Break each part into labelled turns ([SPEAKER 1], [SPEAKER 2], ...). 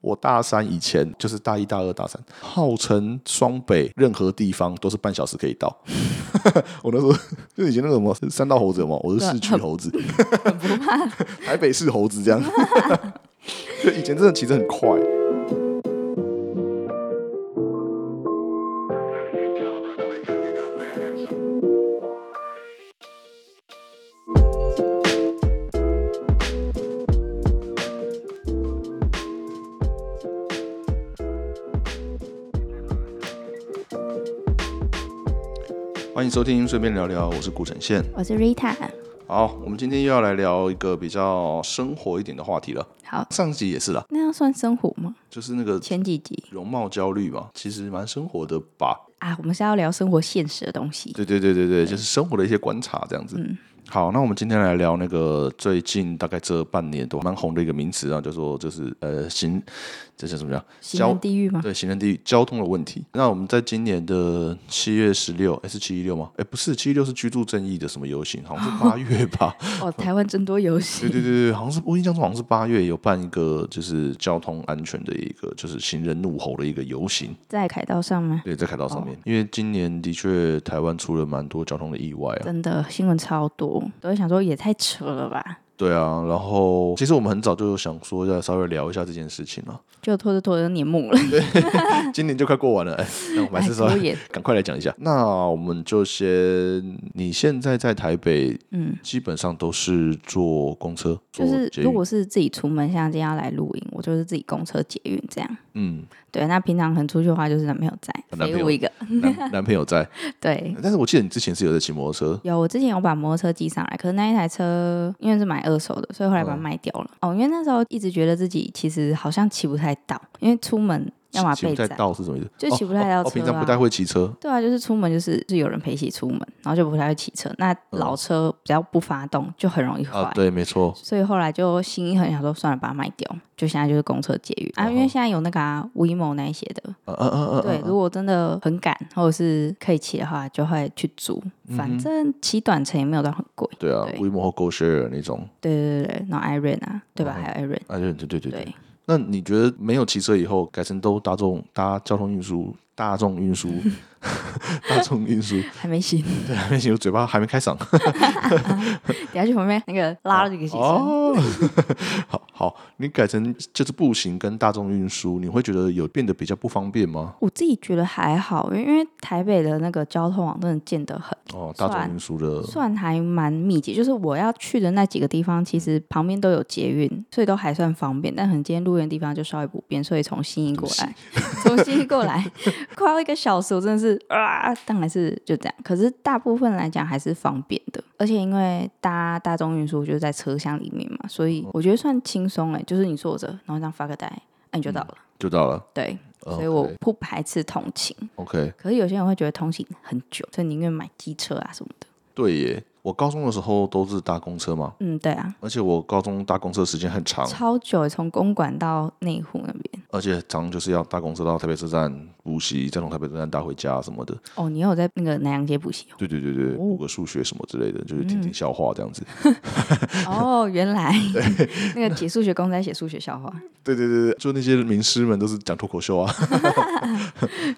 [SPEAKER 1] 我大三以前就是大一、大二、大三，号称双北任何地方都是半小时可以到。 我那时候就以前那个什么三道猴子嘛，我是市区猴子， 台北市猴子这样。就以前真的骑车很快。欢迎收听，顺便聊聊，我是古城宪。
[SPEAKER 2] 我是 Rita。
[SPEAKER 1] 好，我们今天又要来聊一个比较生活一点的话题了。
[SPEAKER 2] 好，
[SPEAKER 1] 上集也是啦，
[SPEAKER 2] 那要算生活吗？
[SPEAKER 1] 就是那个
[SPEAKER 2] 前几集
[SPEAKER 1] 容貌焦虑嘛，其实蛮生活的吧。
[SPEAKER 2] 啊，我们是要聊生活现实的东西。
[SPEAKER 1] 对对对对对，就是生活的一些观察这样子。好，那我们今天来聊那个最近大概这半年都蛮红的一个名词啊，叫做就是呃行，这叫什么叫
[SPEAKER 2] 行人地狱吗？
[SPEAKER 1] 对，行人地狱交通的问题。那我们在今年的七月十六，哎是七一六吗？哎不是，七一六是居住正义的什么游行，好像是八月吧？
[SPEAKER 2] 哦，台湾真多游
[SPEAKER 1] 对
[SPEAKER 2] 戏。
[SPEAKER 1] 对对对，好像是我印象中好像是八月有办一个就是交通安全的一个就是行人怒吼的一个游行，
[SPEAKER 2] 在凯道上吗？
[SPEAKER 1] 对，在凯道上面，因为今年的确台湾出了蛮多交通的意外啊。
[SPEAKER 2] 真的新闻超多，都会想说也太扯了吧。
[SPEAKER 1] 对啊，然后其实我们很早就想说要稍微聊一下这件事情了，
[SPEAKER 2] 就拖着拖着年末了，
[SPEAKER 1] 今年就快过完了，哎，那我们还是说
[SPEAKER 2] 拖 延。
[SPEAKER 1] 赶快来讲一下。那我们就先，你现在在台北，
[SPEAKER 2] 嗯，
[SPEAKER 1] 基本上都是坐公车，
[SPEAKER 2] 就
[SPEAKER 1] 坐
[SPEAKER 2] 是
[SPEAKER 1] 捷
[SPEAKER 2] 如
[SPEAKER 1] 运
[SPEAKER 2] 果是自己出门，像今天要来录音，我就是自己公车、捷运这样。
[SPEAKER 1] 嗯，
[SPEAKER 2] 对，那平常可能出去的话，就是男朋友在
[SPEAKER 1] 男朋友
[SPEAKER 2] 陪我一个。
[SPEAKER 1] 男 男朋友在，
[SPEAKER 2] 对，
[SPEAKER 1] 但是我记得你之前是有在骑摩托车，
[SPEAKER 2] 有，我之前有把摩托车寄上来，可是那一台车因为是买二手的，所以后来把它卖掉了。哦，因为那时候一直觉得自己其实好像骑不太到，因为出门要么
[SPEAKER 1] 骑
[SPEAKER 2] 被
[SPEAKER 1] 不太
[SPEAKER 2] 载，
[SPEAKER 1] 到是什么意思？
[SPEAKER 2] 就
[SPEAKER 1] 哦
[SPEAKER 2] 骑不太到
[SPEAKER 1] 哦哦平
[SPEAKER 2] 车
[SPEAKER 1] 常不
[SPEAKER 2] 啊
[SPEAKER 1] 太会骑车，
[SPEAKER 2] 对啊，就是出门就是是有人陪一起出门，然后就不太会骑车。那老车比较不发动，就很容易坏。
[SPEAKER 1] 啊，对，没错，
[SPEAKER 2] 所以后来就心一狠，想说算了，把它卖掉。就现在就是公车捷运啊，因为现在有那个、啊、WeMo 那一些的，
[SPEAKER 1] 哦嗯嗯嗯嗯，
[SPEAKER 2] 对，如果真的很赶或者是可以骑的话，就会去租。
[SPEAKER 1] 嗯
[SPEAKER 2] 反正骑短程也没有到很贵。
[SPEAKER 1] 对啊
[SPEAKER 2] 对
[SPEAKER 1] ，WeMo 或 GoShare 那种，
[SPEAKER 2] 对对对对，然后 Iron 啊，对吧？还有 Iron，
[SPEAKER 1] 啊，对对对对对。
[SPEAKER 2] 对，
[SPEAKER 1] 那你觉得没有骑车以后，改成都大众搭交通运输、大众运输、大众运输？
[SPEAKER 2] 还没醒，
[SPEAKER 1] 对，还没有嘴巴还没开嗓。
[SPEAKER 2] 等下去旁边那个拉了几个行程。
[SPEAKER 1] 哦， 好好，你改成就是步行跟大众运输，你会觉得有变得比较不方便吗？
[SPEAKER 2] 我自己觉得还好，因为因为台北的那个交通网真的建得很，
[SPEAKER 1] 哦，大众运输的，
[SPEAKER 2] 算还蛮密集。就是我要去的那几个地方，其实旁边都有捷运，所以都还算方便。但很今天路远地方就稍微不便，所以从新义过来， 从新义过来快要一个小时，我真的是啊，当然是就这样。可是大部分来讲还是方便的，而且因为搭大众运输就是在车厢里面嘛，所以我觉得算轻松哎、就是你坐着，然后这样发个呆，哎、你就到了。
[SPEAKER 1] 就到了。
[SPEAKER 2] 对，
[SPEAKER 1] 嗯
[SPEAKER 2] 所以我不排斥通勤。
[SPEAKER 1] OK，
[SPEAKER 2] 可是有些人会觉得通勤很久，所以宁愿买机车啊什么的。
[SPEAKER 1] 对耶，我高中的时候都是搭公车嘛，
[SPEAKER 2] 嗯，对啊，
[SPEAKER 1] 而且我高中搭公车时间很长，
[SPEAKER 2] 超久，从公馆到内湖那边。
[SPEAKER 1] 而且常常就是要搭公车到台北车站补习，再从台北车站搭回家什么的。
[SPEAKER 2] 哦，你有在那个南洋街补习哦
[SPEAKER 1] 对对对对，补个数学什么之类的，
[SPEAKER 2] 嗯
[SPEAKER 1] 就是听听笑话这样子。
[SPEAKER 2] 哦？哦，原来 那个写数学公仔写数学笑话。
[SPEAKER 1] 对对对，对就那些名师们都是讲脱口秀啊。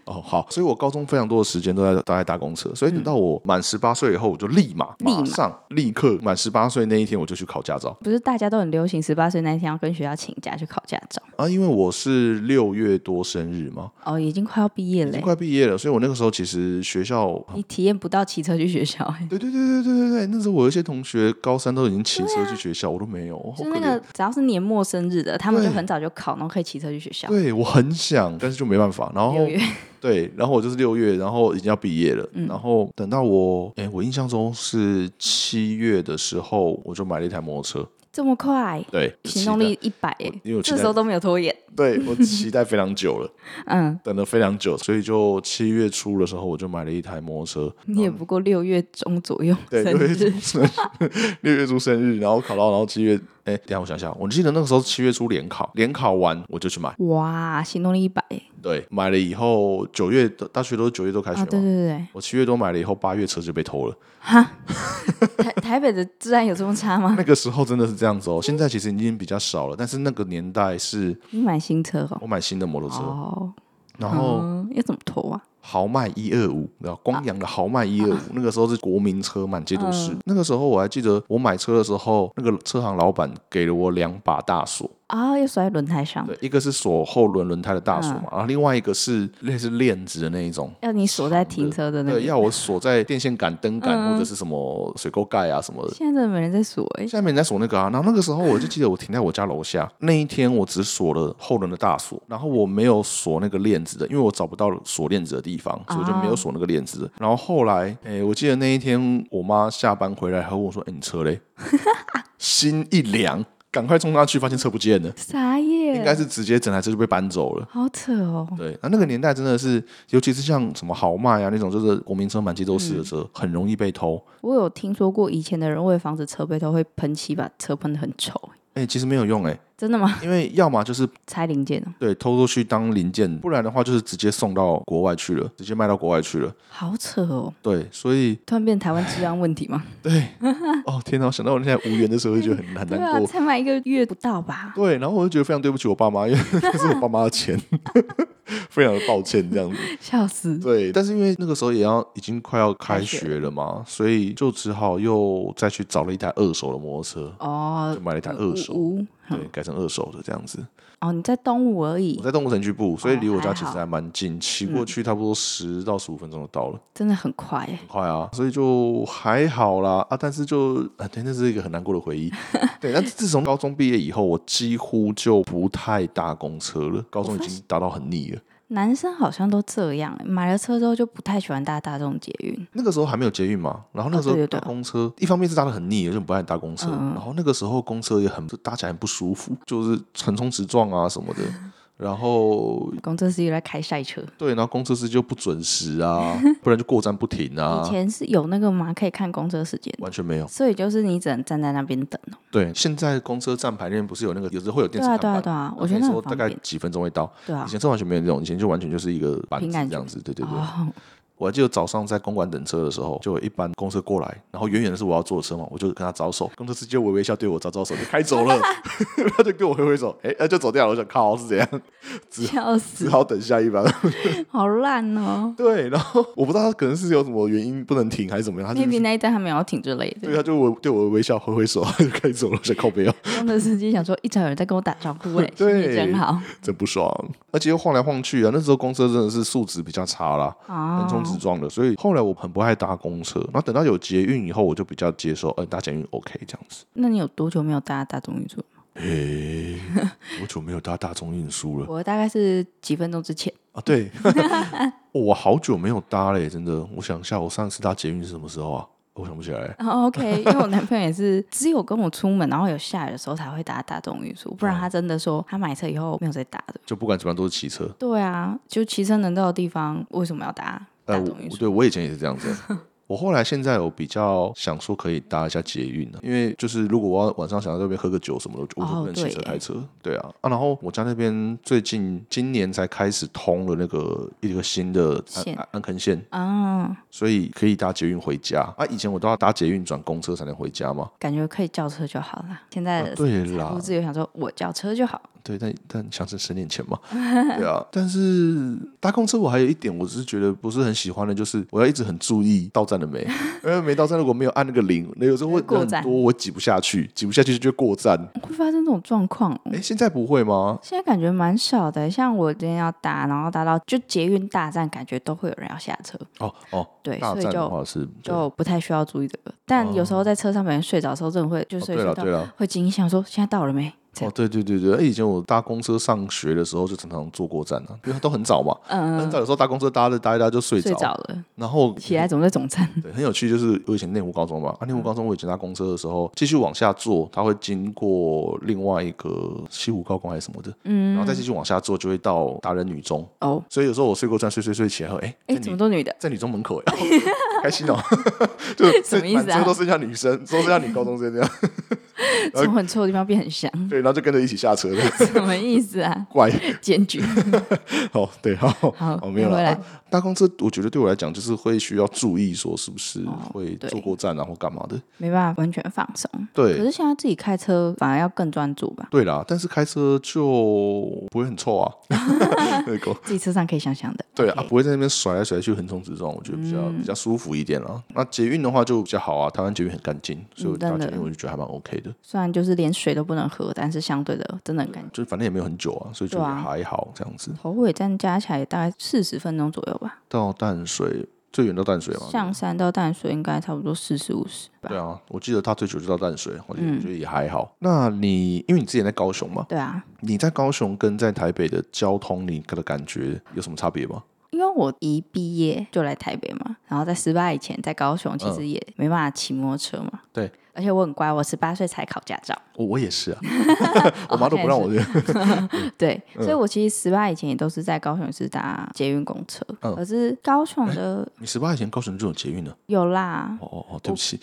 [SPEAKER 1] 哦，好，所以我高中非常多的时间都在都在搭公车，所以等到我满十八岁以后，我就立马
[SPEAKER 2] 嗯立马
[SPEAKER 1] 马上立刻满十八岁那一天我就去考驾照
[SPEAKER 2] 不是大家都很流行十八岁那一天要跟学校请假去考驾照。
[SPEAKER 1] 啊，因为我是六月多生日嘛，
[SPEAKER 2] 哦，已经快要毕业
[SPEAKER 1] 已
[SPEAKER 2] 了
[SPEAKER 1] 经
[SPEAKER 2] 欸，
[SPEAKER 1] 快毕业了，所以我那个时候其实学校。
[SPEAKER 2] 你体验不到骑车去学校欸，
[SPEAKER 1] 对对对对对对对，那时候我有一些同学高三都已经骑
[SPEAKER 2] 啊
[SPEAKER 1] 车去学校，我都没有，好
[SPEAKER 2] 就
[SPEAKER 1] 可
[SPEAKER 2] 那
[SPEAKER 1] 怜
[SPEAKER 2] 个。只要是年末生日的，他们就
[SPEAKER 1] 对
[SPEAKER 2] 很早就考，然后可以骑车去学校。
[SPEAKER 1] 对我很想，但是就没办法。然后
[SPEAKER 2] 六月
[SPEAKER 1] 对，然后我就是六月，然后已经要毕业了，
[SPEAKER 2] 嗯
[SPEAKER 1] 然后等到我，哎，我印象中是七月的时候，我就买了一台摩托车，
[SPEAKER 2] 这么快，
[SPEAKER 1] 对，就
[SPEAKER 2] 行
[SPEAKER 1] 期
[SPEAKER 2] 动
[SPEAKER 1] 待
[SPEAKER 2] 力，一百欸，
[SPEAKER 1] 因为我期
[SPEAKER 2] 这
[SPEAKER 1] 待
[SPEAKER 2] 时候都没有拖延。
[SPEAKER 1] 对我期待非常久了，
[SPEAKER 2] 嗯，
[SPEAKER 1] 等了非常久，所以就七月初的时候，我就买了一台摩托车，
[SPEAKER 2] 你也不过六月中左右
[SPEAKER 1] 对，
[SPEAKER 2] 生
[SPEAKER 1] 六月
[SPEAKER 2] 日
[SPEAKER 1] 初，生日，六月初生日，然后考到，然后七月哎，等一下我想想，我记得那个时候七月初联考，联考完我就去买，
[SPEAKER 2] 哇，行动力一百欸
[SPEAKER 1] 对，买了以后九月大学都是九月都开学
[SPEAKER 2] 啊！
[SPEAKER 1] 嘛，
[SPEAKER 2] 对对对对，
[SPEAKER 1] 我七月多买了以后，八月车就被偷了。
[SPEAKER 2] 台台北的治安有这么差吗？
[SPEAKER 1] 那个时候真的是这样子哦，现在其实已经比较少了，但是那个年代是
[SPEAKER 2] 你买新车哦？
[SPEAKER 1] 我买新的摩托车，
[SPEAKER 2] 哦，
[SPEAKER 1] 然后
[SPEAKER 2] 嗯要怎么投啊？
[SPEAKER 1] 豪迈一二五，然后光阳的豪迈一二五，那个时候是国民车，满街都是。
[SPEAKER 2] 嗯
[SPEAKER 1] 那个时候我还记得我买车的时候，那个车行老板给了我两把大锁，
[SPEAKER 2] 啊，要甩在轮胎上，
[SPEAKER 1] 对，一个是锁后轮轮胎的大锁
[SPEAKER 2] 嗯
[SPEAKER 1] 嘛，然后另外一个是类似链子的那一种。
[SPEAKER 2] 要你锁在停车的那
[SPEAKER 1] 对，
[SPEAKER 2] 个。嗯
[SPEAKER 1] 要我锁在电线杆、灯杆、或者是什么水沟盖啊什么的，
[SPEAKER 2] 现在真的没人在锁哎、
[SPEAKER 1] 下面人在锁那个啊，然后那个时候我就记得我停在我家楼下那一天，我只锁了后轮的大锁，然后我没有锁那个链子的，因为我找不到锁链子的地方，所以我就没有锁那个链子。然后后来，哎、我记得那一天我妈下班回来还问我说：“哎、你车嘞？” 心一凉，赶快冲上去，发现车不见了，
[SPEAKER 2] 啥耶？
[SPEAKER 1] 应该是直接整台车就被搬走了。
[SPEAKER 2] 好扯哦。
[SPEAKER 1] 对，那那个年代真的是，尤其是像什么豪迈啊那种，就是国民车满街都是的车，很容易被偷。
[SPEAKER 2] 我有听说过以前的人为了防止车被偷，会喷漆把车喷的很丑、
[SPEAKER 1] 哎、其实没有用哎、
[SPEAKER 2] 真的吗？
[SPEAKER 1] 因为要么就是
[SPEAKER 2] 拆零件哦，
[SPEAKER 1] 对，偷出去当零件，不然的话就是直接送到国外去了，直接卖到国外去了。
[SPEAKER 2] 好扯哦。
[SPEAKER 1] 对，所以
[SPEAKER 2] 突然变台湾治安问题 吗？
[SPEAKER 1] 哦天哪，想到我现在无缘的时候就觉得很很
[SPEAKER 2] 对
[SPEAKER 1] 难
[SPEAKER 2] 啊，
[SPEAKER 1] 过。
[SPEAKER 2] 才买一个月不到吧？
[SPEAKER 1] 对，然后我就觉得非常对不起我爸妈，因为 那是我爸妈的钱， 非常的抱歉这样子。
[SPEAKER 2] 笑死。
[SPEAKER 1] 对，但是因为那个时候也要已经快要开
[SPEAKER 2] 开学
[SPEAKER 1] 学了嘛，所以就只好又再去找了一台二手的摩托车，
[SPEAKER 2] 哦
[SPEAKER 1] 就，买了一台二手，
[SPEAKER 2] 五五
[SPEAKER 1] 对，改成二手的这样子。
[SPEAKER 2] 哦，你在东吴而已
[SPEAKER 1] 我，在动物城区部，所以离我家
[SPEAKER 2] 还
[SPEAKER 1] 其实
[SPEAKER 2] 好嗯
[SPEAKER 1] 还蛮近，骑过去差不多十到十五分钟就到了。
[SPEAKER 2] 真的很快耶。
[SPEAKER 1] 很快啊，所以就还好啦啊，但是就啊，对，那是一个很难过的 回忆。对，但自从高中毕业以后，我几乎就不太搭公车了，高中已经搭到很腻了。
[SPEAKER 2] 男生好像都这样，买了车之后就不太喜欢搭大众捷运。
[SPEAKER 1] 那个时候还没有捷运嘛，然后那个时
[SPEAKER 2] 哦
[SPEAKER 1] 候
[SPEAKER 2] 对
[SPEAKER 1] 搭
[SPEAKER 2] 对对
[SPEAKER 1] 公车，一方面是搭的很腻，有点不爱搭公车，
[SPEAKER 2] 嗯
[SPEAKER 1] 然后那个时候公车也很就搭起来很不舒服，就是横冲直撞啊什 么的。然后
[SPEAKER 2] 工作室又来开赛车，
[SPEAKER 1] 对，然后公车司机就不准时 啊，不然就过站不停啊
[SPEAKER 2] 以，前是有那个吗？可以看公车时间，
[SPEAKER 1] 完全没有。
[SPEAKER 2] 所以就是你只能站在那边等哦。
[SPEAKER 1] 对，现在公车站牌那边不是有那个，有时候会有
[SPEAKER 2] 对
[SPEAKER 1] 电视
[SPEAKER 2] 啊，
[SPEAKER 1] 看
[SPEAKER 2] 对啊，
[SPEAKER 1] 板
[SPEAKER 2] 对啊，我
[SPEAKER 1] 我
[SPEAKER 2] 觉
[SPEAKER 1] 跟
[SPEAKER 2] 得
[SPEAKER 1] 你
[SPEAKER 2] 那
[SPEAKER 1] 说
[SPEAKER 2] 很
[SPEAKER 1] 大
[SPEAKER 2] 方
[SPEAKER 1] 概
[SPEAKER 2] 便。
[SPEAKER 1] 几分钟会到，
[SPEAKER 2] 对啊
[SPEAKER 1] 以，前车完全没有这种，以前就完全就是一个板子
[SPEAKER 2] 凭感
[SPEAKER 1] 这
[SPEAKER 2] 觉
[SPEAKER 1] 样子，对对对。
[SPEAKER 2] 哦，
[SPEAKER 1] 我还记得早上在公馆等车的时候，就有一班公车过来，然后远远的是我要坐的车嘛，我就跟他招手，公车司机就微微笑对我招招手就开走 了， 他就跟我挥挥手，哎、那就走掉了。我想靠是怎样，
[SPEAKER 2] 笑
[SPEAKER 1] 只
[SPEAKER 2] 死，
[SPEAKER 1] 好等下一班。
[SPEAKER 2] 好烂哦。
[SPEAKER 1] 对，然后我不知道他可能是有什么原因不能停还是怎么样， 他就
[SPEAKER 2] maybe 那一站还没有停之类
[SPEAKER 1] 对啊
[SPEAKER 2] 的，
[SPEAKER 1] 他就微对我微笑挥挥手，他就开走了。我想靠背哦，
[SPEAKER 2] 公车司机想说一直有人在跟我打招 呼哎，心
[SPEAKER 1] 对
[SPEAKER 2] 情真好
[SPEAKER 1] 真不爽，而且又晃来晃去啊。那时候公车真的是素质比较差啦。横
[SPEAKER 2] 啊。
[SPEAKER 1] 冲直撞的，所以后来我很不爱搭公车。然后等到有捷运以后，我就比较接受，呃，搭捷运 OK 这样子。
[SPEAKER 2] 那你有多久没有搭大众运输？
[SPEAKER 1] 诶、我久没有搭大众运输了
[SPEAKER 2] 我大概是几分钟之前，
[SPEAKER 1] 啊？对， 哦我好久没有搭嘞，真的。我想一下，我上次搭捷运是什么时候啊？我想不起来。
[SPEAKER 2] 然后哦 OK，因为我男朋友也是只有跟我出门，然后有下雨的时候才会搭大众运输，不然他真的说他买车以后没有再搭的。
[SPEAKER 1] 就不管怎么样都是骑车。
[SPEAKER 2] 对啊，就骑车能到的地方，为什么要搭
[SPEAKER 1] 呃，
[SPEAKER 2] 大
[SPEAKER 1] 我
[SPEAKER 2] 众运输？
[SPEAKER 1] 对我以前也是这样子。 我后来现在有比较想说可以搭一下捷运啊了、因为就是如果我要晚上想在这边喝个酒什么的，我就
[SPEAKER 2] 哦
[SPEAKER 1] 我就不能骑车
[SPEAKER 2] 对耶
[SPEAKER 1] 开车。对啊啊，然后我家那边最近今年才开始通了那个一个新的安
[SPEAKER 2] 线
[SPEAKER 1] 安安坑线，
[SPEAKER 2] 啊，
[SPEAKER 1] 所以可以搭捷运回家啊。以前我都要搭捷运转公车才能回家嘛。
[SPEAKER 2] 感觉可以叫车就好了。现
[SPEAKER 1] 啊
[SPEAKER 2] 在的
[SPEAKER 1] 对
[SPEAKER 2] 财
[SPEAKER 1] 啦
[SPEAKER 2] 富，自由想说，呃我叫车就好。
[SPEAKER 1] 对，但但想是十年前嘛，对啊。但是搭公车我还有一点，我只是觉得不是很喜欢的，就是我要一直很注意到站了没，因为没到站如果没有按那个铃，那有时候会
[SPEAKER 2] 过
[SPEAKER 1] 人
[SPEAKER 2] 站
[SPEAKER 1] 很多，我挤不下去，挤不下去就过站。
[SPEAKER 2] 会发生这种状况哦、
[SPEAKER 1] 哎，现在不会吗？
[SPEAKER 2] 现在感觉蛮少的。欸像我今天要搭，然后搭到就捷运大站，感觉都会有人要下车，
[SPEAKER 1] 哦哦，
[SPEAKER 2] 对哦
[SPEAKER 1] 大
[SPEAKER 2] 所以
[SPEAKER 1] 站的
[SPEAKER 2] 就
[SPEAKER 1] 话是对哦
[SPEAKER 2] 就不太需要注意这个。但有时候在车上，别人睡着的时候，真的会哦就睡
[SPEAKER 1] 对
[SPEAKER 2] 睡
[SPEAKER 1] 了
[SPEAKER 2] 到、
[SPEAKER 1] 对了。
[SPEAKER 2] 会惊醒，想说现在到了没？这
[SPEAKER 1] 哦
[SPEAKER 2] 样，
[SPEAKER 1] 对对对对，哎，以前我搭公车上学的时候就常常坐过站啊，因为都很早嘛，很早有时候搭公车搭着搭一搭就睡
[SPEAKER 2] 嗯睡
[SPEAKER 1] 着，
[SPEAKER 2] 着了，
[SPEAKER 1] 然后
[SPEAKER 2] 起来总在总站。
[SPEAKER 1] 对，很有趣，就是我以前内湖高中嘛，啊，内湖高
[SPEAKER 2] 嗯
[SPEAKER 1] 中我以前搭公车的时候，继续往下坐，它会经过另外一个西湖高工还是什么的，嗯，然后再继续往下坐，就会到达人女中。
[SPEAKER 2] 哦，
[SPEAKER 1] 所以有时候我睡过站，睡睡睡起来后，哎、
[SPEAKER 2] 哎，
[SPEAKER 1] 在女
[SPEAKER 2] 怎么都女的？
[SPEAKER 1] 在女中门口， 哎开心哦，就是
[SPEAKER 2] 什么意思啊
[SPEAKER 1] 满车都剩下女生，都剩下女高中生这样，
[SPEAKER 2] 从很臭的地方变很香，
[SPEAKER 1] 对，然后就跟着一起下车了，
[SPEAKER 2] 什么意思 啊？
[SPEAKER 1] 怪。
[SPEAKER 2] 检举，
[SPEAKER 1] 哦，对，好，
[SPEAKER 2] 好
[SPEAKER 1] 哦，没有
[SPEAKER 2] 回
[SPEAKER 1] 了
[SPEAKER 2] 来。
[SPEAKER 1] 啊搭公车，我觉得对我来讲，就是会需要注意，说是不是
[SPEAKER 2] 哦
[SPEAKER 1] 会
[SPEAKER 2] 对
[SPEAKER 1] 坐过站啊，或干嘛的。
[SPEAKER 2] 没办法完全放松。可
[SPEAKER 1] 对，
[SPEAKER 2] 是现在自己开车反而要更专注吧？
[SPEAKER 1] 对啦，但是开车就不会很臭啊，对狗。
[SPEAKER 2] 自己车上可以想想的。
[SPEAKER 1] 对啊，
[SPEAKER 2] OK 嗯
[SPEAKER 1] 不会在那边甩来甩去，横冲直撞，我觉得比较、比较舒服一点啦。那捷运的话就比较好啊，台湾捷运很干净，所以我
[SPEAKER 2] 嗯真
[SPEAKER 1] 搭
[SPEAKER 2] 的
[SPEAKER 1] 捷运我就觉得还蛮 OK 的，
[SPEAKER 2] 虽然就是连水都不能喝，但是相对的真的很干净。
[SPEAKER 1] 就是反正也没有很久啊，所以就
[SPEAKER 2] 对啊
[SPEAKER 1] 还好这样子。
[SPEAKER 2] 头尾站加起来大概四十分钟左右吧，
[SPEAKER 1] 到淡水最远到淡水嘛，
[SPEAKER 2] 象山到淡水应该差不多四十五十吧嗯
[SPEAKER 1] 对。啊，我记得他最久就到淡水，我觉得、我觉得也还好。那你因为你之前在高雄嘛，
[SPEAKER 2] 对啊，
[SPEAKER 1] 你在高雄跟在台北的交通，你的感觉有什么差别吗？
[SPEAKER 2] 因为我一毕业就来台北嘛，然后在十八以前在高雄其实也没办法骑摩托车嘛。
[SPEAKER 1] 嗯对。
[SPEAKER 2] 而且我很乖，我十八岁才考驾照，
[SPEAKER 1] 我我也是 啊，我妈都不让
[SPEAKER 2] 哦
[SPEAKER 1] 我这样。
[SPEAKER 2] 对，
[SPEAKER 1] 嗯
[SPEAKER 2] 所以我其实十八以前也都是在高雄市搭捷运公车，
[SPEAKER 1] 嗯
[SPEAKER 2] 可是高雄 的
[SPEAKER 1] 你十八以前高雄就有捷运了？
[SPEAKER 2] 有啦，
[SPEAKER 1] 哦哦哦，对不起，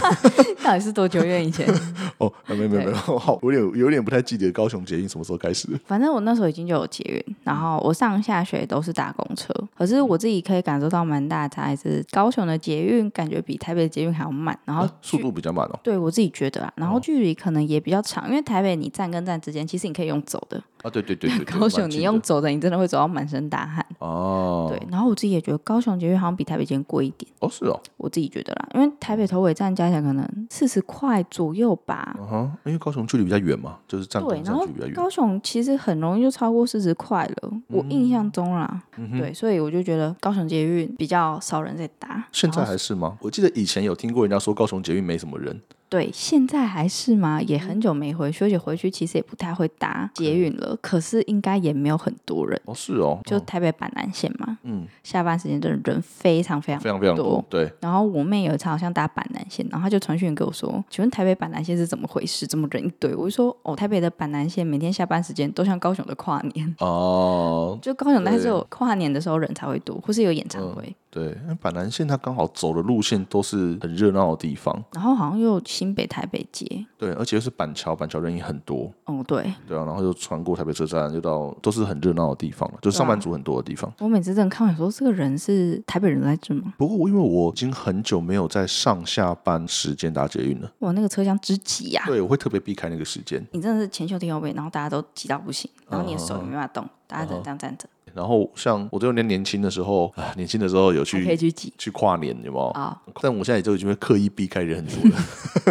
[SPEAKER 2] 到底是多久远以前？
[SPEAKER 1] 哦，啊没有没有没有，好，我有点有点不太记得高雄捷运什么时候开始的。
[SPEAKER 2] 反正我那时候已经就有捷运，然后我上下学都是搭公车，可是我自己可以感受到蛮大的差异是，高雄的捷运感觉比台北的捷运还要慢，然后
[SPEAKER 1] 啊速度比较慢哦。
[SPEAKER 2] 对我自己觉得啊，
[SPEAKER 1] 哦
[SPEAKER 2] 然后距离可能也比较长，因为台北你站跟站之间其实你可以用走的，
[SPEAKER 1] 啊，对对对对，对
[SPEAKER 2] 高雄你用
[SPEAKER 1] 蛮近
[SPEAKER 2] 走的，你真的会走到满身大汗。
[SPEAKER 1] 的哦，
[SPEAKER 2] 对，然后我自己也觉得高雄捷运好像比台北捷运贵一点，
[SPEAKER 1] 哦是哦，
[SPEAKER 2] 我自己觉得啦，因为台北头尾站加起来可能四十块左右吧。
[SPEAKER 1] 嗯哼，因为高雄距离比较远嘛，就是站
[SPEAKER 2] 对，
[SPEAKER 1] 跟
[SPEAKER 2] 然
[SPEAKER 1] 站
[SPEAKER 2] 后
[SPEAKER 1] 距离比较远。
[SPEAKER 2] 高雄其实很容易就超过四十块了，我印
[SPEAKER 1] 嗯
[SPEAKER 2] 象中啦。对，所以我就觉得高雄捷运比较少人在搭。
[SPEAKER 1] 现
[SPEAKER 2] 然
[SPEAKER 1] 在
[SPEAKER 2] 后
[SPEAKER 1] 还是吗？我记得以前有听过人家说高雄捷运没什么人，
[SPEAKER 2] 对，现在还是吗？
[SPEAKER 1] 嗯
[SPEAKER 2] 也很久没回去，而且回去其实也不太会搭捷运了，可是应该也没有很多人。
[SPEAKER 1] 哦是哦，
[SPEAKER 2] 就
[SPEAKER 1] 哦
[SPEAKER 2] 台北板南线嘛，
[SPEAKER 1] 嗯，
[SPEAKER 2] 下班时间真的人非常非常
[SPEAKER 1] 非常非常多
[SPEAKER 2] 多，
[SPEAKER 1] 对，
[SPEAKER 2] 然后我妹有一次好像搭板南线，然后她就传讯给我说：“请问台北板南线是怎么回事？怎么人一堆？”我就说：“哦，台北的板南线每天下班时间都像高雄的跨年，
[SPEAKER 1] 哦，
[SPEAKER 2] 就高雄那时候跨年的时候人才会多，或是有演唱会，
[SPEAKER 1] 对，因为板南线它刚好走的路线都是很热闹的地方，
[SPEAKER 2] 然后好像又有新北、台北街。
[SPEAKER 1] 对，而且又是板桥，板桥人也很多，
[SPEAKER 2] 哦，对
[SPEAKER 1] 对啊，然后又穿过台北车站，又到都是很热闹的地方了，
[SPEAKER 2] 啊
[SPEAKER 1] 就是上班族很多的地方。
[SPEAKER 2] 我每次真的看完说这个人是台北人在这吗？
[SPEAKER 1] 不过我因为我已经很久没有在上下班时间搭捷运了，
[SPEAKER 2] 哇，那个车厢之挤呀、
[SPEAKER 1] 对，我会特别避开那个时间。
[SPEAKER 2] 你真的是前胸贴后背，然后大家都挤到不行，然后你的
[SPEAKER 1] 哦
[SPEAKER 2] 手也没办法动，大家只能这样站着，
[SPEAKER 1] 然后像我这种年年轻的时候， 啊，年轻的时候有
[SPEAKER 2] 还可
[SPEAKER 1] 去
[SPEAKER 2] 以去挤
[SPEAKER 1] 去跨年，有没有？
[SPEAKER 2] 啊，
[SPEAKER 1] 但我现在也就已经会刻意避开人很多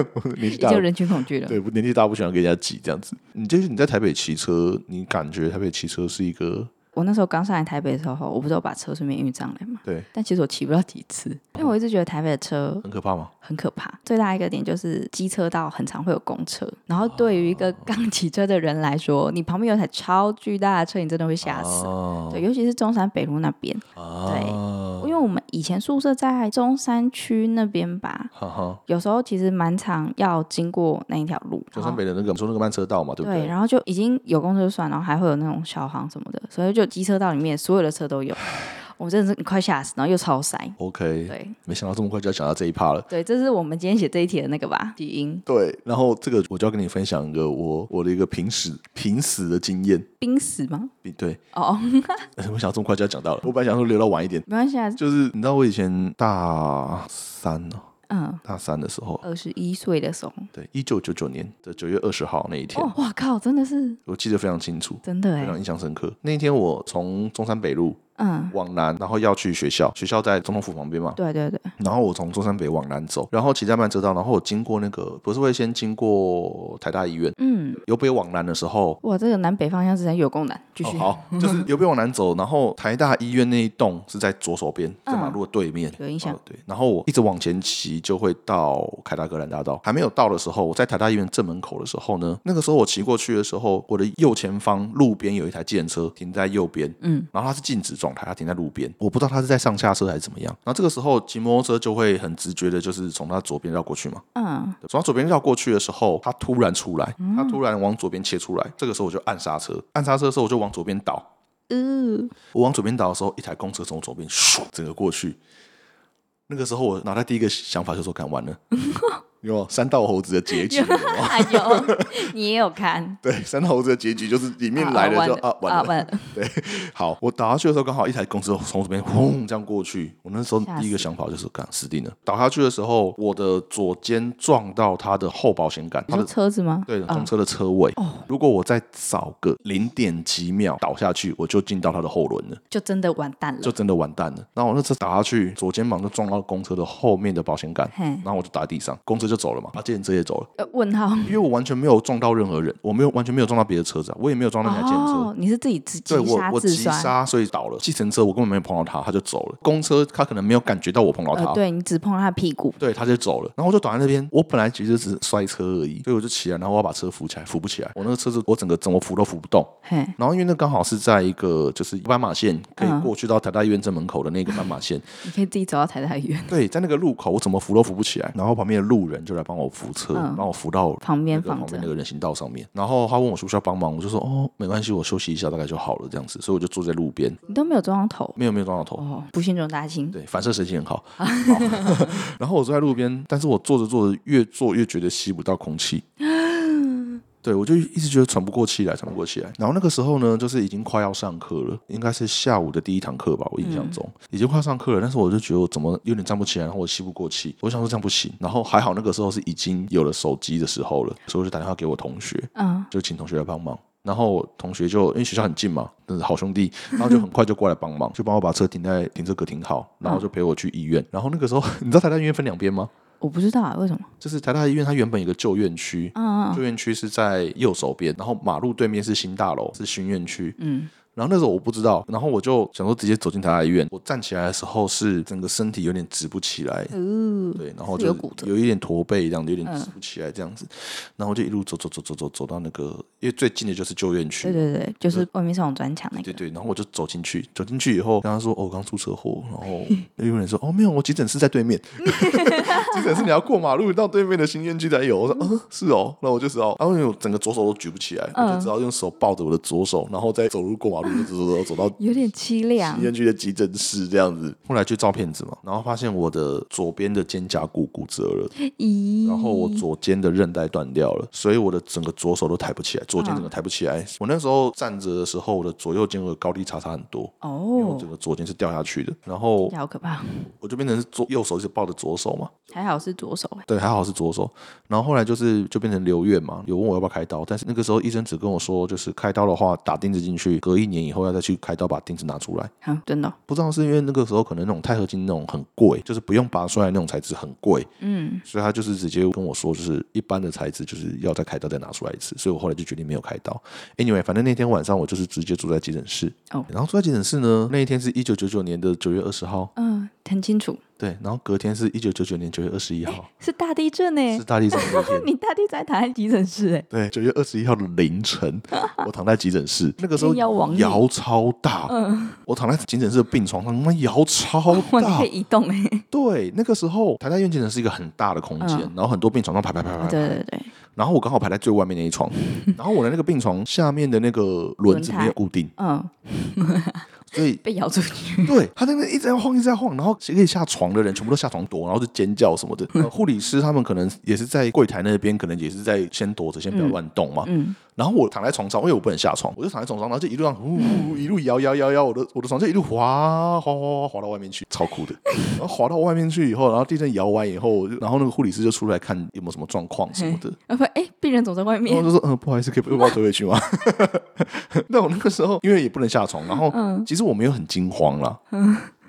[SPEAKER 1] 了， 我年纪大
[SPEAKER 2] 就
[SPEAKER 1] 了
[SPEAKER 2] 人群恐惧了。
[SPEAKER 1] 对，不年纪大不喜欢跟人家挤这样子。你就是你在台北骑车，你感觉台北骑车是一个
[SPEAKER 2] 我那时候刚上来台北的时候，我不是有把车顺便运上来嘛，
[SPEAKER 1] 对
[SPEAKER 2] 但其实我骑不到几次，因为我一直觉得台北的车
[SPEAKER 1] 很可怕吗？
[SPEAKER 2] 很可怕。最大一个点就是机车道很常会有公车，然后对于一
[SPEAKER 1] 哦
[SPEAKER 2] 个刚骑车的人来说，你旁边有台超巨大的车，你真的会吓死。
[SPEAKER 1] 哦
[SPEAKER 2] 对，尤啊其是中山北路那边，因
[SPEAKER 1] 啊，
[SPEAKER 2] 为我们以前宿舍在中山区那边吧，
[SPEAKER 1] 哈哈，
[SPEAKER 2] 有时候其实蛮常要经过那一条路，
[SPEAKER 1] 中
[SPEAKER 2] 然
[SPEAKER 1] 山
[SPEAKER 2] 后
[SPEAKER 1] 北的那个我们说那个慢车道嘛，对不
[SPEAKER 2] 对，？然后就已经有公车就算，然后还会有那种小航什么的，所以就机车道里面所有的车都有，我真的是快吓死，然后又超塞。
[SPEAKER 1] OK，
[SPEAKER 2] 对
[SPEAKER 1] 没想到这么快就要讲到这一趴了。
[SPEAKER 2] 对，这是我们今天写这一题的那个吧，底音
[SPEAKER 1] 对，然后这个我就要跟你分享一个我我的一个平时平时的经验。
[SPEAKER 2] 濒死吗？
[SPEAKER 1] 对，
[SPEAKER 2] 哦，
[SPEAKER 1] 我想这么快就要讲到了，我本来想说留到晚一点，
[SPEAKER 2] 没关系啊，
[SPEAKER 1] 就是你知道我以前大三哦，
[SPEAKER 2] 嗯，
[SPEAKER 1] 大三的时候，
[SPEAKER 2] 二十一岁的时候，
[SPEAKER 1] 对，一九九九年的九月二十号那一天，
[SPEAKER 2] 哦，哇靠，真的是
[SPEAKER 1] 我记得非常清楚，
[SPEAKER 2] 真的
[SPEAKER 1] 非
[SPEAKER 2] 哎
[SPEAKER 1] 常，印象深刻。那一天我从中山北路
[SPEAKER 2] 嗯，
[SPEAKER 1] 往南，然后要去学校，学校在总统府旁边嘛。
[SPEAKER 2] 对对对，
[SPEAKER 1] 然后我从中山北往南走，然后骑在慢车道，然后我经过那个，不是会先经过台大医院，
[SPEAKER 2] 嗯，
[SPEAKER 1] 由北往南的时候。
[SPEAKER 2] 哇，这个南北方向实在有够难，继
[SPEAKER 1] 哦
[SPEAKER 2] 续，，
[SPEAKER 1] 好，就是由北往南走，然后台大医院那一栋是在左手边，在马路的对面。
[SPEAKER 2] 嗯有印象
[SPEAKER 1] 哦，对，然后我一直往前骑，就会到凯达格兰大道。还没有到的时候，我在台大医院正门口的时候呢，那个时候我骑过去的时候，我的右前方路边有一台计程车停在右边，
[SPEAKER 2] 嗯，
[SPEAKER 1] 然后它是静止状态，它停在路边，我不知道它是在上下车还是怎么样。然后这个时候骑摩托车就会很直觉的，就是从它左边绕过去嘛。
[SPEAKER 2] 嗯，
[SPEAKER 1] 对从它左边绕过去的时候，它突然出来，它突然往左边切出来，这个时候我就按刹车，按刹车的时候我就往左边倒。
[SPEAKER 2] 呃，
[SPEAKER 1] 我往左边倒的时候，一台公车从我左 边咻整个过去。那个时候我脑袋第一个想法就是说，干完了，有没有三道猴子的结局？有没有
[SPEAKER 2] 哎呦，你也 有看？
[SPEAKER 1] 对，三道猴子的结局就是里面来了就啊
[SPEAKER 2] 啊
[SPEAKER 1] 完了。
[SPEAKER 2] 完了，
[SPEAKER 1] 好，我打下去的时候刚好一台公车从我这边轰这样过去，我那时候
[SPEAKER 2] 吓
[SPEAKER 1] 第一个
[SPEAKER 2] 死
[SPEAKER 1] 想法就是，干死定了！倒下去的时候，我的左肩撞到它的后保险杆，
[SPEAKER 2] 你
[SPEAKER 1] 它
[SPEAKER 2] 说
[SPEAKER 1] 的
[SPEAKER 2] 车子吗？
[SPEAKER 1] 对的
[SPEAKER 2] 啊
[SPEAKER 1] 公车的车位。
[SPEAKER 2] 哦
[SPEAKER 1] 如果我再早个零点几秒倒下去，我就进到它的后轮了，
[SPEAKER 2] 就真的完蛋
[SPEAKER 1] 就
[SPEAKER 2] 了。
[SPEAKER 1] 真的完蛋了。然后我那次打下去，左肩膀就撞到公车的后面的保险 杆，
[SPEAKER 2] 嘿
[SPEAKER 1] 然，后我就打在地上，公车就走了嘛，啊，计程车也走了。
[SPEAKER 2] 呃，问号。
[SPEAKER 1] 因为我完全没有撞到任何人，我没有完全没有撞到别的车子、啊，我也没有撞到那台计程车。
[SPEAKER 2] 哦，你是自己自
[SPEAKER 1] 对
[SPEAKER 2] 急
[SPEAKER 1] 我
[SPEAKER 2] 刹，
[SPEAKER 1] 我
[SPEAKER 2] 自
[SPEAKER 1] 急
[SPEAKER 2] 摔。
[SPEAKER 1] 刹，所以倒了。计程车我根本没有碰到他，他就走了。公车他可能没有感觉到我碰到他，
[SPEAKER 2] 呃，对你只碰到他屁股，
[SPEAKER 1] 对他就走了。然后我就倒在那边，我本来其实只是摔车而已，所以我就起来，然后我要把车扶起来，扶不起来。我那个车子我整个怎么扶都扶不动。
[SPEAKER 2] 嘿，
[SPEAKER 1] 然后因为那刚好是在一个就是斑马线可
[SPEAKER 2] 嗯
[SPEAKER 1] 以过去到台大医院正门口的那个斑马 线，
[SPEAKER 2] 你可以自己走到台太远
[SPEAKER 1] 对，在那个路口我怎么扶都扶不起来。然后旁边的路人就来帮我扶车，
[SPEAKER 2] 嗯
[SPEAKER 1] 帮我扶到
[SPEAKER 2] 旁边
[SPEAKER 1] 那个
[SPEAKER 2] 放
[SPEAKER 1] 旁边那。
[SPEAKER 2] 着
[SPEAKER 1] 个人行道上面，然后他问我需不需要帮忙，我就说哦，没关系，我休息一下大概就好了这样子，所以我就坐在路边，
[SPEAKER 2] 你都没有撞到头
[SPEAKER 1] 没有没有撞到头，
[SPEAKER 2] 哦，不幸中大幸。
[SPEAKER 1] 对，反射神经很好。 好然后我坐在路边，但是我坐着坐着，越坐越觉得吸不到空气。对，我就一直觉得喘不过气来，喘不过气来。然后那个时候呢，就是已经快要上课了，应该是下午的第一堂课吧，我印象中、已经快要上课了。但是我就觉得我怎么有点站不起来，然后我吸不过气，我想说这样不行。然后还好那个时候是已经有了手机的时候了，所以我就打电话给我同学，
[SPEAKER 2] 嗯，
[SPEAKER 1] 就请同学来帮忙。然后我同学就因为学校很近嘛，但是好兄弟，然后就很快就过来帮忙，就帮我把车停在停车格停好，然后就陪我去医院。然后那个时候， 你知道台大医院分两边吗？
[SPEAKER 2] 我不知道啊，为什么？
[SPEAKER 1] 就是台大医院它原本有个旧院区，
[SPEAKER 2] 嗯嗯
[SPEAKER 1] 旧院区是在右手边，然后马路对面是新大楼，是新院区。
[SPEAKER 2] 嗯，
[SPEAKER 1] 然后那时候我不知道，然后我就想说直接走进台大医院。我站起来的时候是整个身体有点直不起来，
[SPEAKER 2] 嗯，
[SPEAKER 1] 对，然后
[SPEAKER 2] 是
[SPEAKER 1] 就
[SPEAKER 2] 有骨折
[SPEAKER 1] 有一点驼背这样子，有点
[SPEAKER 2] 嗯
[SPEAKER 1] 直不起来这样子。然后我就一路走走走走走走到那个，因为最近的就是旧院区
[SPEAKER 2] 对，对对，就是外面上有砖墙那
[SPEAKER 1] 对
[SPEAKER 2] 个。
[SPEAKER 1] 对，然后我就走进去，走进去以后跟他说：“哦，我刚出车祸。”然后那有人说：“哦，没有，我急诊室在对面。” 急诊室你要过马路到对面的新院区才有。我说：“嗯，是哦。”那我就知道，然后因为我整个左手都举不起来，我
[SPEAKER 2] 嗯。
[SPEAKER 1] 就只好用手抱着我的左手，然后再走路过马路，就走走走走到
[SPEAKER 2] 有点凄凉
[SPEAKER 1] 新，院区的急诊室这样子，后来去照片子嘛，然后发现我的左边的肩胛骨骨折了，
[SPEAKER 2] 咦？
[SPEAKER 1] 然后我左肩的韧带断掉了，所以我的整个左手都抬不起来，左肩整个抬不起来。我那时候站着的时候，我的左右肩我的高低差差很多，因为我
[SPEAKER 2] 哦
[SPEAKER 1] 整，个左肩是掉下去的，然后
[SPEAKER 2] 好可怕，
[SPEAKER 1] 我就变成是左右手一直抱着左手嘛，
[SPEAKER 2] 还好是左手欸，
[SPEAKER 1] 对，还好是左手。然后后来就是就变成留院嘛，有问我要不要开刀，但是那个时候医生只跟我说，就是开刀的话打钉子进去，隔一年以后要再去开刀把钉子拿出来。
[SPEAKER 2] 好，真的哦，
[SPEAKER 1] 不知道是因为那个时候可能那种钛合金那种很贵，就是不用拔出来那种材质很贵，
[SPEAKER 2] 嗯，
[SPEAKER 1] 所以他就是直接跟我说，就是一般的材质就是要再开刀再拿出来一次，所以我后来就决定没有开刀。Anyway，反正那天晚上我就是直接住在急诊室。
[SPEAKER 2] 哦
[SPEAKER 1] 然后住在急诊室呢，那一天是一九九九年的九月二十号，
[SPEAKER 2] 嗯，很清楚，
[SPEAKER 1] 对，然后隔天是一九九九年九月二十一 号，
[SPEAKER 2] 是大地震呢。
[SPEAKER 1] 是大地震那一天。
[SPEAKER 2] 你大地在躺在急诊室哎，
[SPEAKER 1] 对，九月二十一号的凌 晨，我躺在急诊室，那个时候
[SPEAKER 2] 要嗯亡你
[SPEAKER 1] 摇超大，我躺在急诊室的病床上，他妈摇 超
[SPEAKER 2] 哇，你
[SPEAKER 1] 大
[SPEAKER 2] 可以，移动哎，
[SPEAKER 1] 对，那个时候台大医院急诊是一个很大的空间，
[SPEAKER 2] 嗯
[SPEAKER 1] 然后很多病床上排排排排排，
[SPEAKER 2] 对对对，
[SPEAKER 1] 然后我刚好排在最外面那一 床，然后我的那个病床下面的那个轮子没有固定，
[SPEAKER 2] 嗯，
[SPEAKER 1] 所以
[SPEAKER 2] 被咬出去，
[SPEAKER 1] 对他那边一直在晃，一直在晃，然后可以下床的人全部都下床躲，然后就尖叫什么的。
[SPEAKER 2] 嗯
[SPEAKER 1] 呃护理师他们可能也是在柜台那边，可能也是在先躲着，先不要乱动嘛。
[SPEAKER 2] 嗯，
[SPEAKER 1] 然后我躺在床上，因为我不能下床，我就躺在床上，然后就一路上呼呼呼一路摇摇摇摇，我的我的床就一路滑滑滑滑滑到外面去，超酷的。然后滑到外面去以后，然后地震摇完以后，我就然后那个护理师就出来看有没有什么状况什么的。
[SPEAKER 2] 啊不，哎，病人总在外
[SPEAKER 1] 然后
[SPEAKER 2] 面，
[SPEAKER 1] 就说：“嗯、不好意思，可以把我推回去吗？” 那我那个时候因为也不能下床，然后、
[SPEAKER 2] 嗯
[SPEAKER 1] 其实我没有很惊慌啦，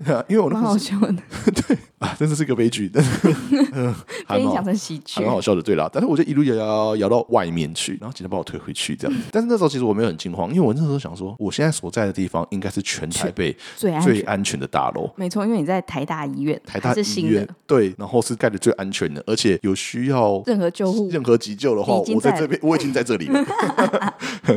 [SPEAKER 1] 对啊因为我那
[SPEAKER 2] 蛮
[SPEAKER 1] 个时
[SPEAKER 2] 好
[SPEAKER 1] 候
[SPEAKER 2] 笑的，
[SPEAKER 1] 啊，真的是个悲剧，但是、嗯还蛮
[SPEAKER 2] 被你
[SPEAKER 1] 好
[SPEAKER 2] 讲成喜剧
[SPEAKER 1] 还，蛮好笑的，对啦。但是我就一路摇摇摇摇到外面去，然后警察把我推回去这样。但是那时候其实我没有很惊慌，因为我那时候想说，我现在所在的地方应该是全台北
[SPEAKER 2] 最安
[SPEAKER 1] 最
[SPEAKER 2] 全，
[SPEAKER 1] 安全的大楼。
[SPEAKER 2] 没错，因为你在台大医院，
[SPEAKER 1] 台大
[SPEAKER 2] 还是
[SPEAKER 1] 医
[SPEAKER 2] 新的
[SPEAKER 1] 院，对，然后是盖的最安全的，而且有需要
[SPEAKER 2] 任何救护
[SPEAKER 1] 任何急救的话，
[SPEAKER 2] 你已经
[SPEAKER 1] 我在
[SPEAKER 2] 在
[SPEAKER 1] 这边我已经在这里了。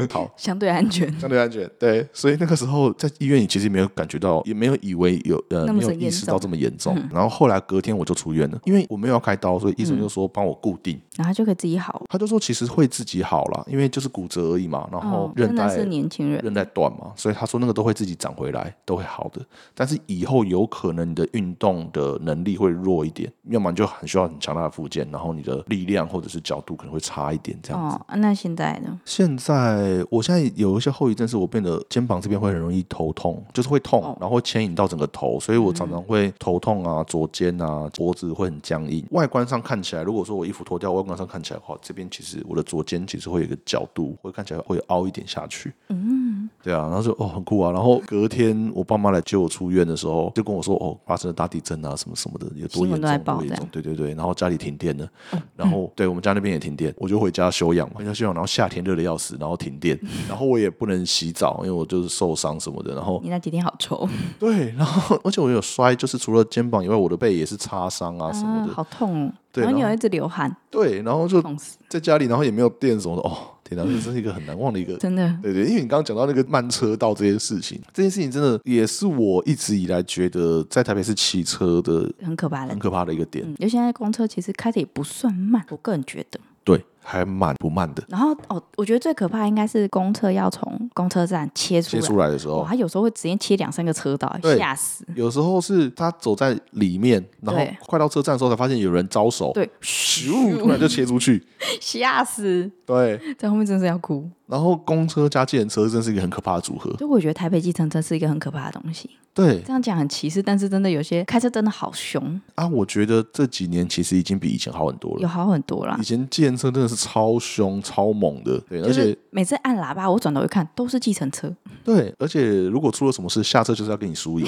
[SPEAKER 1] 好，
[SPEAKER 2] 相对安全，
[SPEAKER 1] 相对安全，对，所以那个时候在医院里其实没有感觉到，也没有以为有有呃
[SPEAKER 2] 那么
[SPEAKER 1] 没有
[SPEAKER 2] 严
[SPEAKER 1] 意识
[SPEAKER 2] 重嗯
[SPEAKER 1] 到这么严重。然后后来隔天我就出院了，因为我没有要开刀，所以医生就说帮我固定。
[SPEAKER 2] 然后就可以自己好。
[SPEAKER 1] 他就说其实会自己好了，因为就是骨折而已嘛，然后
[SPEAKER 2] 哦，
[SPEAKER 1] 韧
[SPEAKER 2] 真
[SPEAKER 1] 带、
[SPEAKER 2] 的是年轻人，
[SPEAKER 1] 韧带断嘛，所以他说那个都会自己长回来，都会好的。但是以后有可能你的运动的能力会弱一点，要么你就很需要很强大的附件，然后你的力量或者是角度可能会差一点这样子。
[SPEAKER 2] 哦，那现在呢？
[SPEAKER 1] 现在我现在有一些后遗症，是我变得肩膀这边会很容易头痛，就是会痛，
[SPEAKER 2] 哦
[SPEAKER 1] 然后会牵引到整个头，所以我常常会头痛啊、左肩啊、脖子会很僵硬。外观上看起来，如果说我衣服脱掉，外观上看起来的话，这边其实我的左肩其实会有一个角度，会看起来会凹一点下去。嗯，对啊，然后就哦很酷啊。然后隔天我爸妈来接我出院的时候，就跟我说哦发生了大地震啊什么什么的，有多
[SPEAKER 2] 新
[SPEAKER 1] 严
[SPEAKER 2] 闻都在
[SPEAKER 1] 重
[SPEAKER 2] 报
[SPEAKER 1] 多严
[SPEAKER 2] 这样
[SPEAKER 1] 重，对对对。然后家里停电了，然
[SPEAKER 2] 嗯
[SPEAKER 1] 后对我们家那边也停电，我就回家休养嘛，回家休养，然后夏天热的要死，然后停电，
[SPEAKER 2] 嗯
[SPEAKER 1] 然后我也不能洗澡，因为我就是受伤什么的，然后
[SPEAKER 2] 你那几天好
[SPEAKER 1] 啊
[SPEAKER 2] 臭，
[SPEAKER 1] 对，然后而且我有摔，就是除了肩膀以外，我的背也是擦伤啊什么
[SPEAKER 2] 啊
[SPEAKER 1] 的，
[SPEAKER 2] 好痛哦。
[SPEAKER 1] 对
[SPEAKER 2] 然后你
[SPEAKER 1] 然
[SPEAKER 2] 有一直流汗，
[SPEAKER 1] 对，然后就
[SPEAKER 2] 痛死，
[SPEAKER 1] 在家里，然后也没有电什么的，哦，天哪，这真是一个很难忘的一个
[SPEAKER 2] 真的。
[SPEAKER 1] 对对，因为你刚刚讲到那个慢车道这件事情，这件事情真的也是我一直以来觉得在台北市骑车的
[SPEAKER 2] 很可怕的
[SPEAKER 1] 很，可怕的一个点。
[SPEAKER 2] 嗯，因为现在公车其实开的也不算慢，我个人觉得。
[SPEAKER 1] 对，还蛮不慢的。
[SPEAKER 2] 然后哦，我觉得最可怕应该是公车要从公车站切出
[SPEAKER 1] 切
[SPEAKER 2] 来，
[SPEAKER 1] 出来的时候
[SPEAKER 2] 哇，，它有时候会直接切两三个车道，
[SPEAKER 1] 对
[SPEAKER 2] 吓死。
[SPEAKER 1] 有时候是他走在里面，然后
[SPEAKER 2] 对
[SPEAKER 1] 快到车站的时候才发现有人招手，
[SPEAKER 2] 对，
[SPEAKER 1] 咻，突然就切出去。
[SPEAKER 2] 吓死，
[SPEAKER 1] 对，
[SPEAKER 2] 在后面真是要哭。
[SPEAKER 1] 然后公车加计程车真是一个很可怕的组合。
[SPEAKER 2] 所以我觉得台北计程车是一个很可怕的东西。
[SPEAKER 1] 对
[SPEAKER 2] 这样讲很歧视，但是真的有些开车真的好凶，
[SPEAKER 1] 啊，我觉得这几年其实已经比以前好很多
[SPEAKER 2] 有
[SPEAKER 1] 了。
[SPEAKER 2] 好很多啦
[SPEAKER 1] 以。前计程车真的是超凶、超猛的，对，嗯而
[SPEAKER 2] 就
[SPEAKER 1] 且
[SPEAKER 2] 是每次按喇叭，我转头一看，都是计程车，
[SPEAKER 1] 对，而且如果出了什么事，下车就是要跟你输 赢，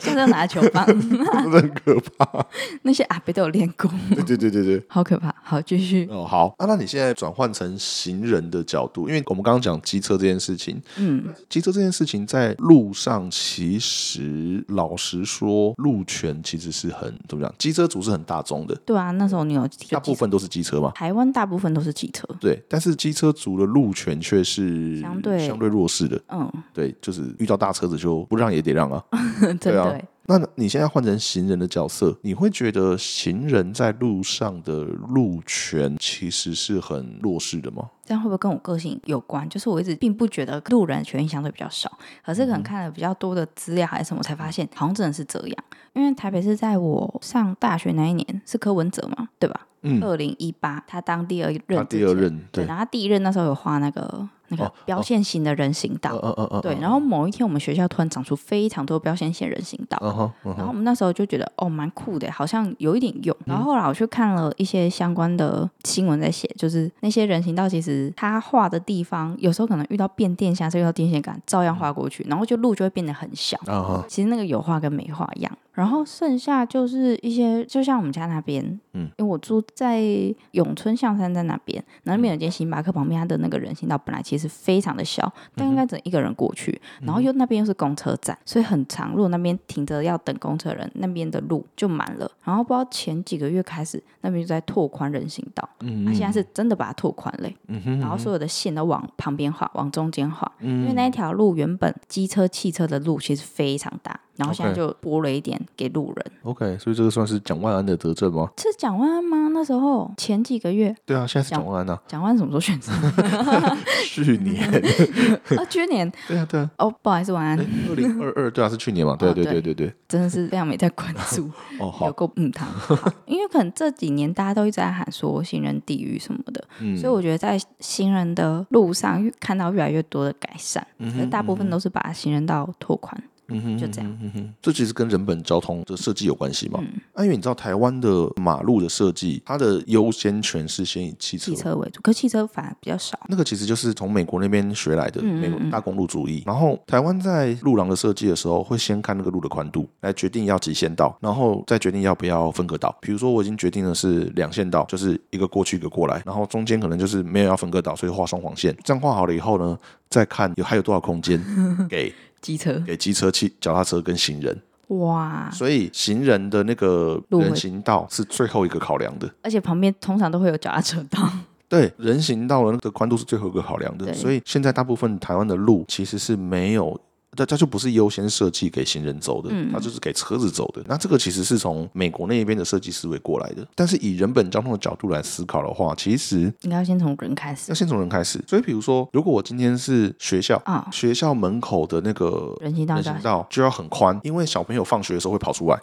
[SPEAKER 2] 现在拿球 棒，
[SPEAKER 1] 真的很可怕。
[SPEAKER 2] 那些阿伯都有练功，
[SPEAKER 1] 对对对对对。
[SPEAKER 2] 好可怕。好，继续。
[SPEAKER 1] 哦，好，啊、那你现在转换成行人的角度，因为我们刚刚讲机车这件事情，
[SPEAKER 2] 嗯，
[SPEAKER 1] 机车这件事情在路上，其实老实说，路权其实是很怎么讲，机车族是很大众的，
[SPEAKER 2] 对啊，那时候你有
[SPEAKER 1] 大部分都是机车嘛。
[SPEAKER 2] 台湾大部分都是汽车，
[SPEAKER 1] 对，但是机车族的路权却是
[SPEAKER 2] 相对
[SPEAKER 1] 相对弱势的，
[SPEAKER 2] 嗯，
[SPEAKER 1] 对，就是遇到大车子就不让也得让啊。
[SPEAKER 2] 真
[SPEAKER 1] 对啊
[SPEAKER 2] 的欸。
[SPEAKER 1] 那你现在换成行人的角色，你会觉得行人在路上的路权其实是很弱势的吗？
[SPEAKER 2] 这样会不会跟我个性有关？就是我一直并不觉得路人权益相对比较少，可
[SPEAKER 1] 嗯
[SPEAKER 2] 是可能看了比较多的资料还是什么，才发现好像真的是这样。因为台北是在我上大学那一年是柯文哲嘛，对吧？
[SPEAKER 1] 嗯
[SPEAKER 2] 二零一八他当第二任之前，
[SPEAKER 1] 他第二任，
[SPEAKER 2] 对，
[SPEAKER 1] 对，
[SPEAKER 2] 然后他第一任那时候有画那个那个
[SPEAKER 1] 哦
[SPEAKER 2] 标线型的人行道，
[SPEAKER 1] 嗯嗯嗯嗯，
[SPEAKER 2] 对。
[SPEAKER 1] 后
[SPEAKER 2] 然后某一天我们学校突然长出非常多标线型人行道，
[SPEAKER 1] 嗯哼嗯
[SPEAKER 2] 然后
[SPEAKER 1] 哼，嗯
[SPEAKER 2] 我们那时候就觉得哦，蛮酷的，好像有一点用。然后后来我去看了一些相关的新闻在写，就是那些人行道其实它画的地方，有时候可能遇到变电箱，是遇到电线杆，照
[SPEAKER 1] 嗯
[SPEAKER 2] 样画过去，然后就路就会变得很小。
[SPEAKER 1] 啊哈，
[SPEAKER 2] 其实那个有画跟没画一样。然后剩下就是一些，就像我们家那边，
[SPEAKER 1] 嗯，
[SPEAKER 2] 因为我住在永春象山在那边，然后那边有间星巴克，旁边它的那个人行道本来其实非常的小，但应该只能一个人过去，然后又那边又是公车站，所以很长。如果那边停着要等公车的人，那边的路就满了。然后不知道前几个月开始，那边就在拓宽人行道，
[SPEAKER 1] 嗯
[SPEAKER 2] 它、现在是真的把它拓宽嘞、
[SPEAKER 1] 嗯哼，嗯
[SPEAKER 2] 然后所有的线都往旁边画，往中间画，因为那一条路原本机车、汽车的路其实非常大，然后现在
[SPEAKER 1] OK
[SPEAKER 2] 就拨了一点给路人。
[SPEAKER 1] OK，所以这个算是蒋万安的德政吗？
[SPEAKER 2] 是蒋万安吗？那时候前几个月，
[SPEAKER 1] 对啊，现在是
[SPEAKER 2] 蒋
[SPEAKER 1] 蒋万安呐、
[SPEAKER 2] 蒋万安什么时候选 上？
[SPEAKER 1] 去年，
[SPEAKER 2] 啊，去年
[SPEAKER 1] 对啊，对 啊，
[SPEAKER 2] 哦，不好意思，晚安，
[SPEAKER 1] 二零二二，对啊，是去年嘛，对
[SPEAKER 2] 哦
[SPEAKER 1] 对对
[SPEAKER 2] 对
[SPEAKER 1] 对对，
[SPEAKER 2] 真的是非常没在 关注，
[SPEAKER 1] 哦
[SPEAKER 2] 有
[SPEAKER 1] 好，
[SPEAKER 2] 够嗯他，好因为可能这几年大家都一直在喊说行人地狱什么的，
[SPEAKER 1] 嗯
[SPEAKER 2] 所以我觉得在行人的路上越看到越来越多的改善，
[SPEAKER 1] 嗯
[SPEAKER 2] 可是大部分都是把行人道拓宽，
[SPEAKER 1] 嗯哼
[SPEAKER 2] 就这样，
[SPEAKER 1] 嗯哼，这其实跟人本交通的设计有关系嘛。啊，因为你知道台湾的马路的设计，它的优先权是先以汽车
[SPEAKER 2] 汽车为主，可汽车反而比较少。
[SPEAKER 1] 那个其实就是从美国那边学来的，
[SPEAKER 2] 嗯嗯
[SPEAKER 1] 美国大公路主义。然后台湾在路廊的设计的时候，会先看那个路的宽度，来决定要几线道，然后再决定要不要分割道。比如说我已经决定的是两线道，就是一个过去一个过来，然后中间可能就是没有要分割道，所以画双黄线。这样画好了以后呢，再看有还有多少空 间给
[SPEAKER 2] 机车
[SPEAKER 1] 给机车、汽脚踏车跟行人。
[SPEAKER 2] 哇，
[SPEAKER 1] 所以行人的那个
[SPEAKER 2] 路会
[SPEAKER 1] 人行道是最后一个考量的。
[SPEAKER 2] 而且旁边通常都会有脚踏车道，
[SPEAKER 1] 对，人行道的那个宽度是最后一个考量的，
[SPEAKER 2] 对
[SPEAKER 1] 所以现在大部分台湾的路其实是没有它它就不是优先设计给行人走的，
[SPEAKER 2] 嗯
[SPEAKER 1] 它就是给车子走的。那这个其实是从美国那边的设计思维过来的，但是以人本交通的角度来思考的话，其实
[SPEAKER 2] 应该要先从人开始
[SPEAKER 1] 要，先从人开始。所以，比如说，如果我今天是学校，
[SPEAKER 2] 啊
[SPEAKER 1] 学校门口的那个
[SPEAKER 2] 人行道
[SPEAKER 1] 人
[SPEAKER 2] 就要
[SPEAKER 1] 行道就要很宽，因为小朋友放学的时候会跑 出来，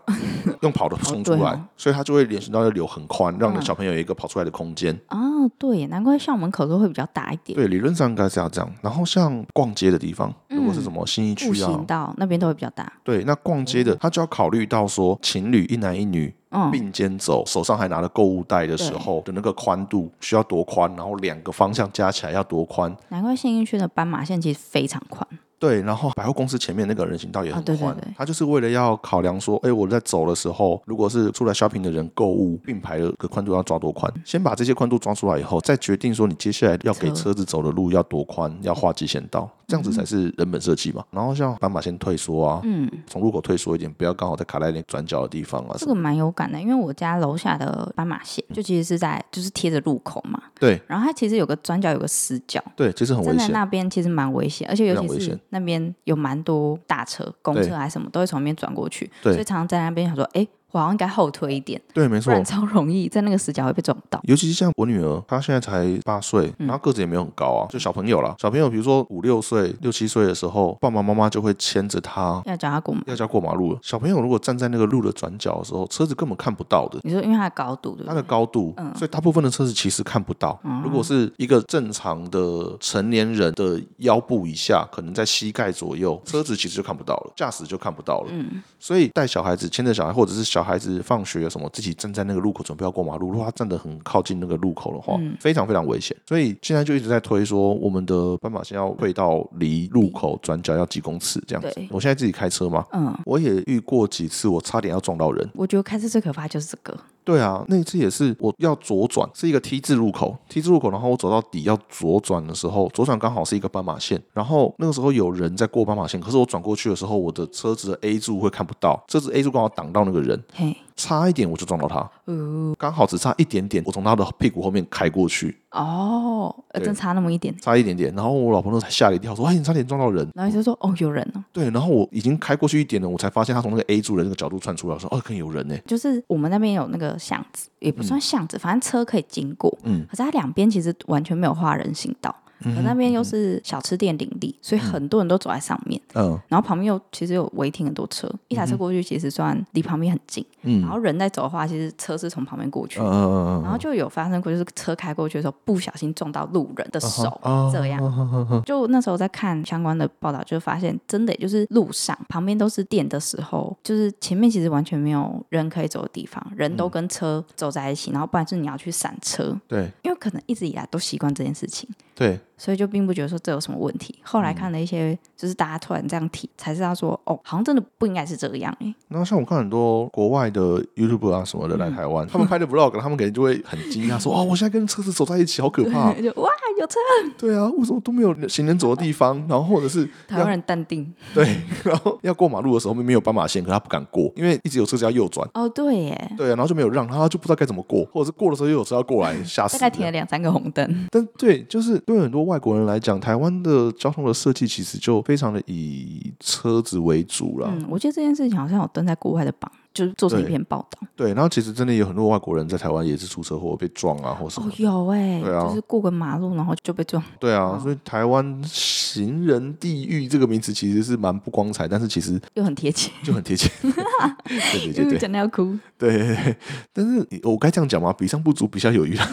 [SPEAKER 1] 用跑的冲出
[SPEAKER 2] 对
[SPEAKER 1] 来，
[SPEAKER 2] 哦嗯
[SPEAKER 1] 所以它就会人行道要留很宽，让小朋友有一个跑出来的空间。
[SPEAKER 2] 啊，对耶，难怪校门口都会比较大一点。
[SPEAKER 1] 对，理论上应该是要这样。然后像逛街的地方，如果是什么新一
[SPEAKER 2] 步
[SPEAKER 1] 区啊
[SPEAKER 2] 行，道那边都会比较大。
[SPEAKER 1] 对，那逛街的他就要考虑到说，情侣一男一女
[SPEAKER 2] 嗯，
[SPEAKER 1] 并肩走，手上还拿着购物袋的时候的那个宽度需要多宽，然后两个方向加起来要多宽。
[SPEAKER 2] 难怪信义区的斑马线其实非常宽。
[SPEAKER 1] 对，然后百货公司前面那个人行道也很
[SPEAKER 2] 啊对对
[SPEAKER 1] 宽，
[SPEAKER 2] 对
[SPEAKER 1] 他就是为了要考量说，哎，我在走的时候，如果是出来 shopping 的人购物并排的个宽度要抓多宽，先把这些宽度抓出来以后，再决定说你接下来要给
[SPEAKER 2] 车嗯
[SPEAKER 1] 车子走的路要多宽，要画界限道，这样子才是人本设计嘛。然后像斑马线退缩啊，
[SPEAKER 2] 嗯，
[SPEAKER 1] 从路口退缩一点，不要刚好在卡在那转角的地方啊什
[SPEAKER 2] 这
[SPEAKER 1] 么。
[SPEAKER 2] 个蛮有感的，因为我家楼下的斑马线就其实是在就是贴着路口嘛，
[SPEAKER 1] 对
[SPEAKER 2] 然后它其实有个转角有个死角，
[SPEAKER 1] 对，其实很危
[SPEAKER 2] 站在
[SPEAKER 1] 险。
[SPEAKER 2] 那边其实蛮危险，而且尤
[SPEAKER 1] 非常
[SPEAKER 2] 其
[SPEAKER 1] 危
[SPEAKER 2] 是
[SPEAKER 1] 险
[SPEAKER 2] 那边有蛮多大车、公
[SPEAKER 1] 对
[SPEAKER 2] 车还是什么都会从那边转过去，
[SPEAKER 1] 对
[SPEAKER 2] 所以常常在那边想说，哎，我好像应该后退一点，
[SPEAKER 1] 对，没
[SPEAKER 2] 不
[SPEAKER 1] 错。
[SPEAKER 2] 然超容易在那个死角会被撞到。
[SPEAKER 1] 尤其是像我女儿，她现在才八岁，然后个子也没有很高啊，就小朋友啦。小朋友比如说五六岁、六七岁的时候，爸爸妈妈就会牵着她
[SPEAKER 2] 要脚踏过马，
[SPEAKER 1] 要叫过马路了。小朋友如果站在那个路的转角的时候，车子根本看不到的。
[SPEAKER 2] 你说因为它的高度对嗯哦
[SPEAKER 1] 它
[SPEAKER 2] 不
[SPEAKER 1] 的
[SPEAKER 2] 对？
[SPEAKER 1] 高度，所以大部分的车子其实看不到。如果是一个正常的成年人的腰部以下，可能在膝盖左右，车子其实就看不到了，驾驶就看不到了。
[SPEAKER 2] 嗯
[SPEAKER 1] 所以带小孩子牵着小孩，或者是小孩子放学什么自己站在那个路口准备要过马路，如果他站得很靠近那个路口的话，
[SPEAKER 2] 嗯
[SPEAKER 1] 非常非常危险。所以现在就一直在推说，我们的斑马线要退到离路口转角要几公尺这样子
[SPEAKER 2] 对。
[SPEAKER 1] 我现在自己开车嘛。
[SPEAKER 2] 嗯，
[SPEAKER 1] 我也遇过几次，我差点要撞到人。
[SPEAKER 2] 我觉得开车最可怕就是这个，
[SPEAKER 1] 对啊，那一次也是我要左转，是一个 T 字路口，T 字路口，然后我走到底要左转的时候，左转刚好是一个斑马线，然后那个时候有人在过斑马线，可是我转过去的时候，我的车子的 A 柱会看不到，车子 A 柱刚好挡到那个人，
[SPEAKER 2] 嘿，
[SPEAKER 1] 差一点我就撞到他，
[SPEAKER 2] 哦
[SPEAKER 1] 刚好只差一点点，我从他的屁股后面开过去，
[SPEAKER 2] 哦，呃
[SPEAKER 1] 对
[SPEAKER 2] 真差那么一点。
[SPEAKER 1] 差一点点，然后我老婆那时候才吓了一跳，说：“哎，你差点撞到人。”
[SPEAKER 2] 然后就说哦，有人哦，
[SPEAKER 1] 对，然后我已经开过去一点了，我才发现他从那个 A 柱的那个角度窜出来，我说：“哦，可能有人呢、
[SPEAKER 2] 就是我们那边有那个巷子，也不算巷子，反正车可以经过。
[SPEAKER 1] 嗯
[SPEAKER 2] 可是它两边其实完全没有画人行道，可那边又是小吃店林立，所以很多人都走在上面。
[SPEAKER 1] 嗯
[SPEAKER 2] 然后旁边又其实有违停很多车，一台车过去其实算离旁边很近。
[SPEAKER 1] 嗯
[SPEAKER 2] 然后人在走的话，其实车是从旁边过去。
[SPEAKER 1] 嗯嗯嗯嗯，
[SPEAKER 2] 然后就有发生过，就是车开过去的时候不小心撞到路人的
[SPEAKER 1] 嗯
[SPEAKER 2] 手，
[SPEAKER 1] 啊
[SPEAKER 2] 这
[SPEAKER 1] 哦
[SPEAKER 2] 样。就那时候在看相关的报道，就发现真的就是路上旁边都是店的时候，就是前面其实完全没有人可以走的地方，人
[SPEAKER 1] 嗯
[SPEAKER 2] 都跟车走在一起，然后不然就是你要去闪车，
[SPEAKER 1] 对
[SPEAKER 2] 因为可能一直以来都习惯这件事情。
[SPEAKER 1] 对，
[SPEAKER 2] 所以就并不觉得说这有什么问题。后来看了一些，就是大家突然这样提，才知道说，哦，好像真的不应该是这样哎、
[SPEAKER 1] 然后像我看很多国外的 YouTube 啊什么的来台湾，他们拍的 Vlog，他们可能就会很惊 讶说：“哦，我现在跟车子走在一起，好可怕
[SPEAKER 2] 就哇，有车！！”
[SPEAKER 1] 对啊，为什么都没有行人走的地方？ 然后或者是
[SPEAKER 2] 台湾
[SPEAKER 1] 要
[SPEAKER 2] 人淡定。
[SPEAKER 1] 对，然后要过马路的时候明明有斑马线，可他不敢过，因为一直有车子要右转。
[SPEAKER 2] 哦，对耶，
[SPEAKER 1] 对啊，然后就没有让，然后他就不知道该怎么过，或者是过的时候又有车要过来，吓死
[SPEAKER 2] 大
[SPEAKER 1] 人
[SPEAKER 2] 概。停了两三个红灯。
[SPEAKER 1] 但对，就是对很多外国人来讲，台湾的交通的设计其实就非常的以车子为主啦。
[SPEAKER 2] 嗯，我记得这件事情好像有登在国外的榜，就是做成一
[SPEAKER 1] 啊对
[SPEAKER 2] 篇报道。
[SPEAKER 1] 对，然后其实真的有很多外国人在台湾也是出车祸被撞啊，或什么
[SPEAKER 2] 哦
[SPEAKER 1] 的。，
[SPEAKER 2] 有哎、
[SPEAKER 1] 对啊
[SPEAKER 2] 就是过个马路然后就被撞。
[SPEAKER 1] 对啊，所以台湾“行人地狱”这个名词其实是蛮不光彩，但是其实
[SPEAKER 2] 又很贴切，
[SPEAKER 1] 就很贴切。对对
[SPEAKER 2] 因
[SPEAKER 1] 对
[SPEAKER 2] 为
[SPEAKER 1] 对
[SPEAKER 2] 讲到要哭。
[SPEAKER 1] 对对对，但是你我该这样讲吗？比上不足，比下有余啦。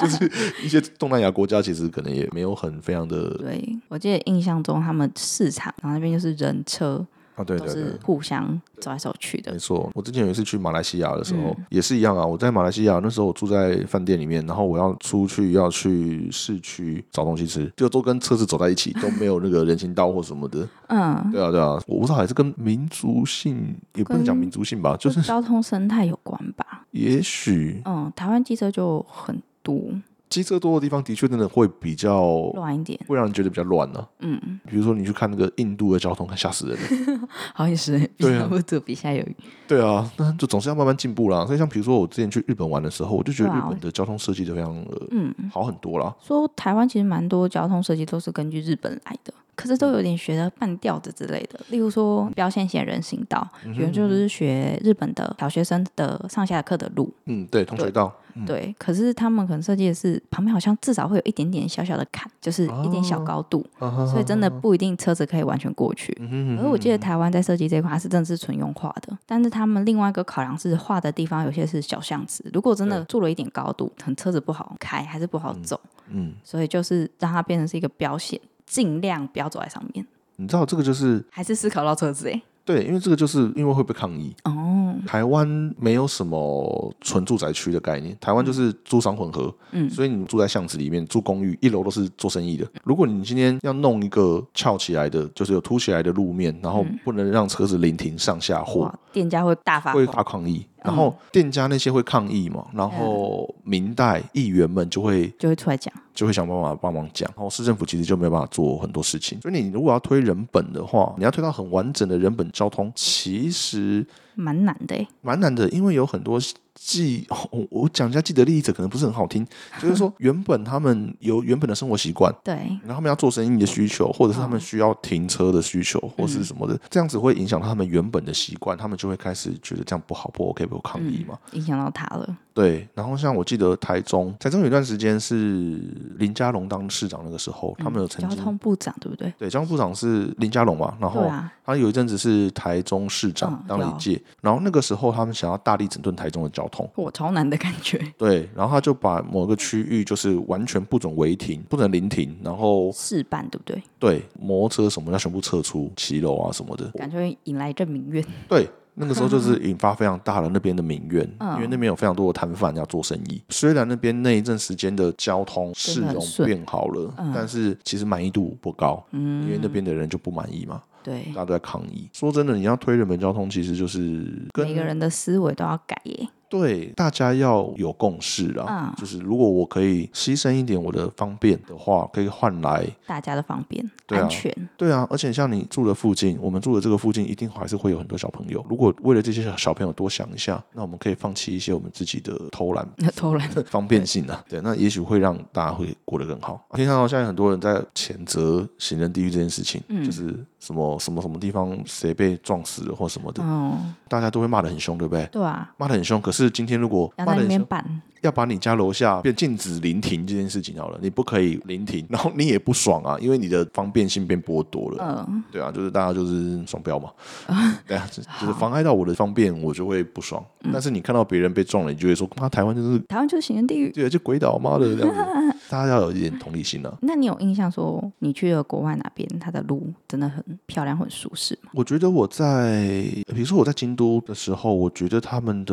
[SPEAKER 1] 就是一些东南亚国家其实可能也没有很非常的
[SPEAKER 2] 对我记得印象中他们市场，然后那边就是人车
[SPEAKER 1] 啊，对
[SPEAKER 2] 都
[SPEAKER 1] 对对
[SPEAKER 2] 是。互相走来走去的
[SPEAKER 1] 没。错，我之前有一次去马来西亚的时候、也是一样啊。我在马来西亚那时候，我住在饭店里面，然后我要出去要去市区找东西吃，就都跟车子走在一起，都没有那个人行道或什么的。
[SPEAKER 2] 嗯，
[SPEAKER 1] 对啊，对啊，我不知道还是跟民族性，也不能讲
[SPEAKER 2] 跟
[SPEAKER 1] 民族性吧，就是
[SPEAKER 2] 交通生态有关吧。
[SPEAKER 1] 也许
[SPEAKER 2] 嗯，台湾机车就很多，
[SPEAKER 1] 机车多的地方的确真的会比较
[SPEAKER 2] 乱一点。
[SPEAKER 1] 会让人觉得比较乱呢、
[SPEAKER 2] 嗯，
[SPEAKER 1] 比如说你去看那个印度的交通，吓 死人了。
[SPEAKER 2] 好意思，比
[SPEAKER 1] 对啊
[SPEAKER 2] 较不足，比下有余。
[SPEAKER 1] 对啊，那就总是要慢慢进步啦。所以像比如说我之前去日本玩的时候，我就觉得
[SPEAKER 2] 对
[SPEAKER 1] 日
[SPEAKER 2] 啊
[SPEAKER 1] 本的交通设计得非常呃
[SPEAKER 2] 嗯，
[SPEAKER 1] 好很多啦。
[SPEAKER 2] 说台湾其实蛮多交通设计都是根据日本来的，可是都有点学的半吊子之类的。例如说标线线人行道，
[SPEAKER 1] 嗯
[SPEAKER 2] 有人就是学日本的小学生的上下课的路，
[SPEAKER 1] 嗯，对，同学道，
[SPEAKER 2] 对。可是他们可能设计的是旁边好像至少会有一点点小小的坎，就是一
[SPEAKER 1] 哦
[SPEAKER 2] 点小高度，所
[SPEAKER 1] 所
[SPEAKER 2] 以真的不一定车子可以完全过去。
[SPEAKER 1] 嗯
[SPEAKER 2] 而我记得台湾在设计这一块，它是真的是纯用画的，但是他们另外一个考量是画的地方有些是小巷子，如果真的
[SPEAKER 1] 对
[SPEAKER 2] 做了一点高度，可能车子不好开，还是不好走，
[SPEAKER 1] 嗯，
[SPEAKER 2] 所以就是让它变成是一个标线，尽量不要走在上面，
[SPEAKER 1] 你知道这个就是
[SPEAKER 2] 还是思考到车子哎、
[SPEAKER 1] 对，因为这个就是因为会被抗议。
[SPEAKER 2] 哦，
[SPEAKER 1] 台湾没有什么纯住宅区的概念，台湾就是租商混合，
[SPEAKER 2] 嗯
[SPEAKER 1] 所以你住在巷子里面，住公寓，一楼都是做生意的。如果你今天要弄一个翘起来的，就是有凸起来的路面，然后不能让车子临停上下货，
[SPEAKER 2] 嗯哇，店家会大发嗯
[SPEAKER 1] 会
[SPEAKER 2] 疯，
[SPEAKER 1] 大抗议。然后店家那些会抗议嘛，然后
[SPEAKER 2] 嗯
[SPEAKER 1] 明代议员们就会
[SPEAKER 2] 就会出来讲，
[SPEAKER 1] 就会想办法帮忙讲，然后市政府其实就没有办法做很多事情。所以你如果要推人本的话，你要推到很完整的人本交通，其实
[SPEAKER 2] 蛮难的哎、
[SPEAKER 1] 蛮难的，因为有很多既、哦我我讲一下既得利益者可能不是很好听，就是 说原本他们有原本的生活习惯。
[SPEAKER 2] 对，
[SPEAKER 1] 然后他们要做生意的需求，或者是他们需要停车的需
[SPEAKER 2] 嗯
[SPEAKER 1] 求，或是什么的，这样子会影响到他们原本的习惯，他们就会开始觉得这样不好，不 OK，不抗议嘛。
[SPEAKER 2] 影响到他了，
[SPEAKER 1] 对，然后像我记得台中，台中有一段时间是林佳龙当市长那个时候，他们有曾
[SPEAKER 2] 嗯交
[SPEAKER 1] 经、哦
[SPEAKER 2] 通部长对不对？
[SPEAKER 1] 对交通部长是林佳龙嘛，然
[SPEAKER 2] 对
[SPEAKER 1] 后
[SPEAKER 2] 啊，
[SPEAKER 1] 他有一阵子是台中市长
[SPEAKER 2] 嗯
[SPEAKER 1] 当了一届，然后那个时候他们想要大力整顿台中的交通。
[SPEAKER 2] 我超难的感 觉，
[SPEAKER 1] 对，然后他就把某个区域就是完全不准违停，不能临停，然后
[SPEAKER 2] 事办对不对？
[SPEAKER 1] 对摩托车什么要全部撤出骑楼啊什么的。
[SPEAKER 2] 感觉会引来一阵民怨，
[SPEAKER 1] 对，那个时候就是引发非常大的那边的民怨，
[SPEAKER 2] 嗯
[SPEAKER 1] 因为那边有非常多的摊贩要做生意。虽然那边那一阵时间的交通市
[SPEAKER 2] 真的很
[SPEAKER 1] 容
[SPEAKER 2] 顺嗯
[SPEAKER 1] 变好了，但是其实满意度不高，因为那边的人就不满意嘛，
[SPEAKER 2] 对
[SPEAKER 1] 大，家都在抗议。说真的，你要推人本交通，其实就是跟
[SPEAKER 2] 每个人的思维都要改耶、
[SPEAKER 1] 对大家要有共识啦。
[SPEAKER 2] 嗯
[SPEAKER 1] 就是如果我可以牺牲一点我的方便的话，可以换来
[SPEAKER 2] 大家的方便、
[SPEAKER 1] 对啊
[SPEAKER 2] 安全，
[SPEAKER 1] 对啊，而且像你住的附近，我们住的这个附近，一定还是会有很多小朋友。如果为了这些小小朋友多想一下，那我们可以放弃一些我们自己的偷懒
[SPEAKER 2] 偷懒，
[SPEAKER 1] 方便性啊。对，那也许会让大家会过得更好。听到现在很多人在谴责行人地狱这件事情，
[SPEAKER 2] 嗯
[SPEAKER 1] 就是什么什么什么地方谁被撞死了或什么的，
[SPEAKER 2] 哦，
[SPEAKER 1] 大家都会骂得很凶，对不对？
[SPEAKER 2] 对啊，
[SPEAKER 1] 骂得很凶，可是今天如果
[SPEAKER 2] 要
[SPEAKER 1] 骂
[SPEAKER 2] 在
[SPEAKER 1] 得很
[SPEAKER 2] 那边
[SPEAKER 1] 凶，
[SPEAKER 2] 办，
[SPEAKER 1] 要把你家楼下变禁止临停这件事情好了，你不可以临停，然后你也不爽啊，因为你的方便性被剥夺了。
[SPEAKER 2] 嗯，
[SPEAKER 1] 对啊，就是大家就是双 标嘛，对啊，就就是妨碍到我的方便，我就会不爽。
[SPEAKER 2] 嗯
[SPEAKER 1] 但是你看到别人被撞了，你就会说，妈，台湾就是
[SPEAKER 2] 台湾就是行人地狱。
[SPEAKER 1] 对啊，就鬼岛，妈的这样子。大家要有一点同理心啊。
[SPEAKER 2] 那你有印象说你去了国外哪边，它的路真的很漂亮、很舒适吗？
[SPEAKER 1] 我觉得我在，比如说我在京都的时候，我觉得他们的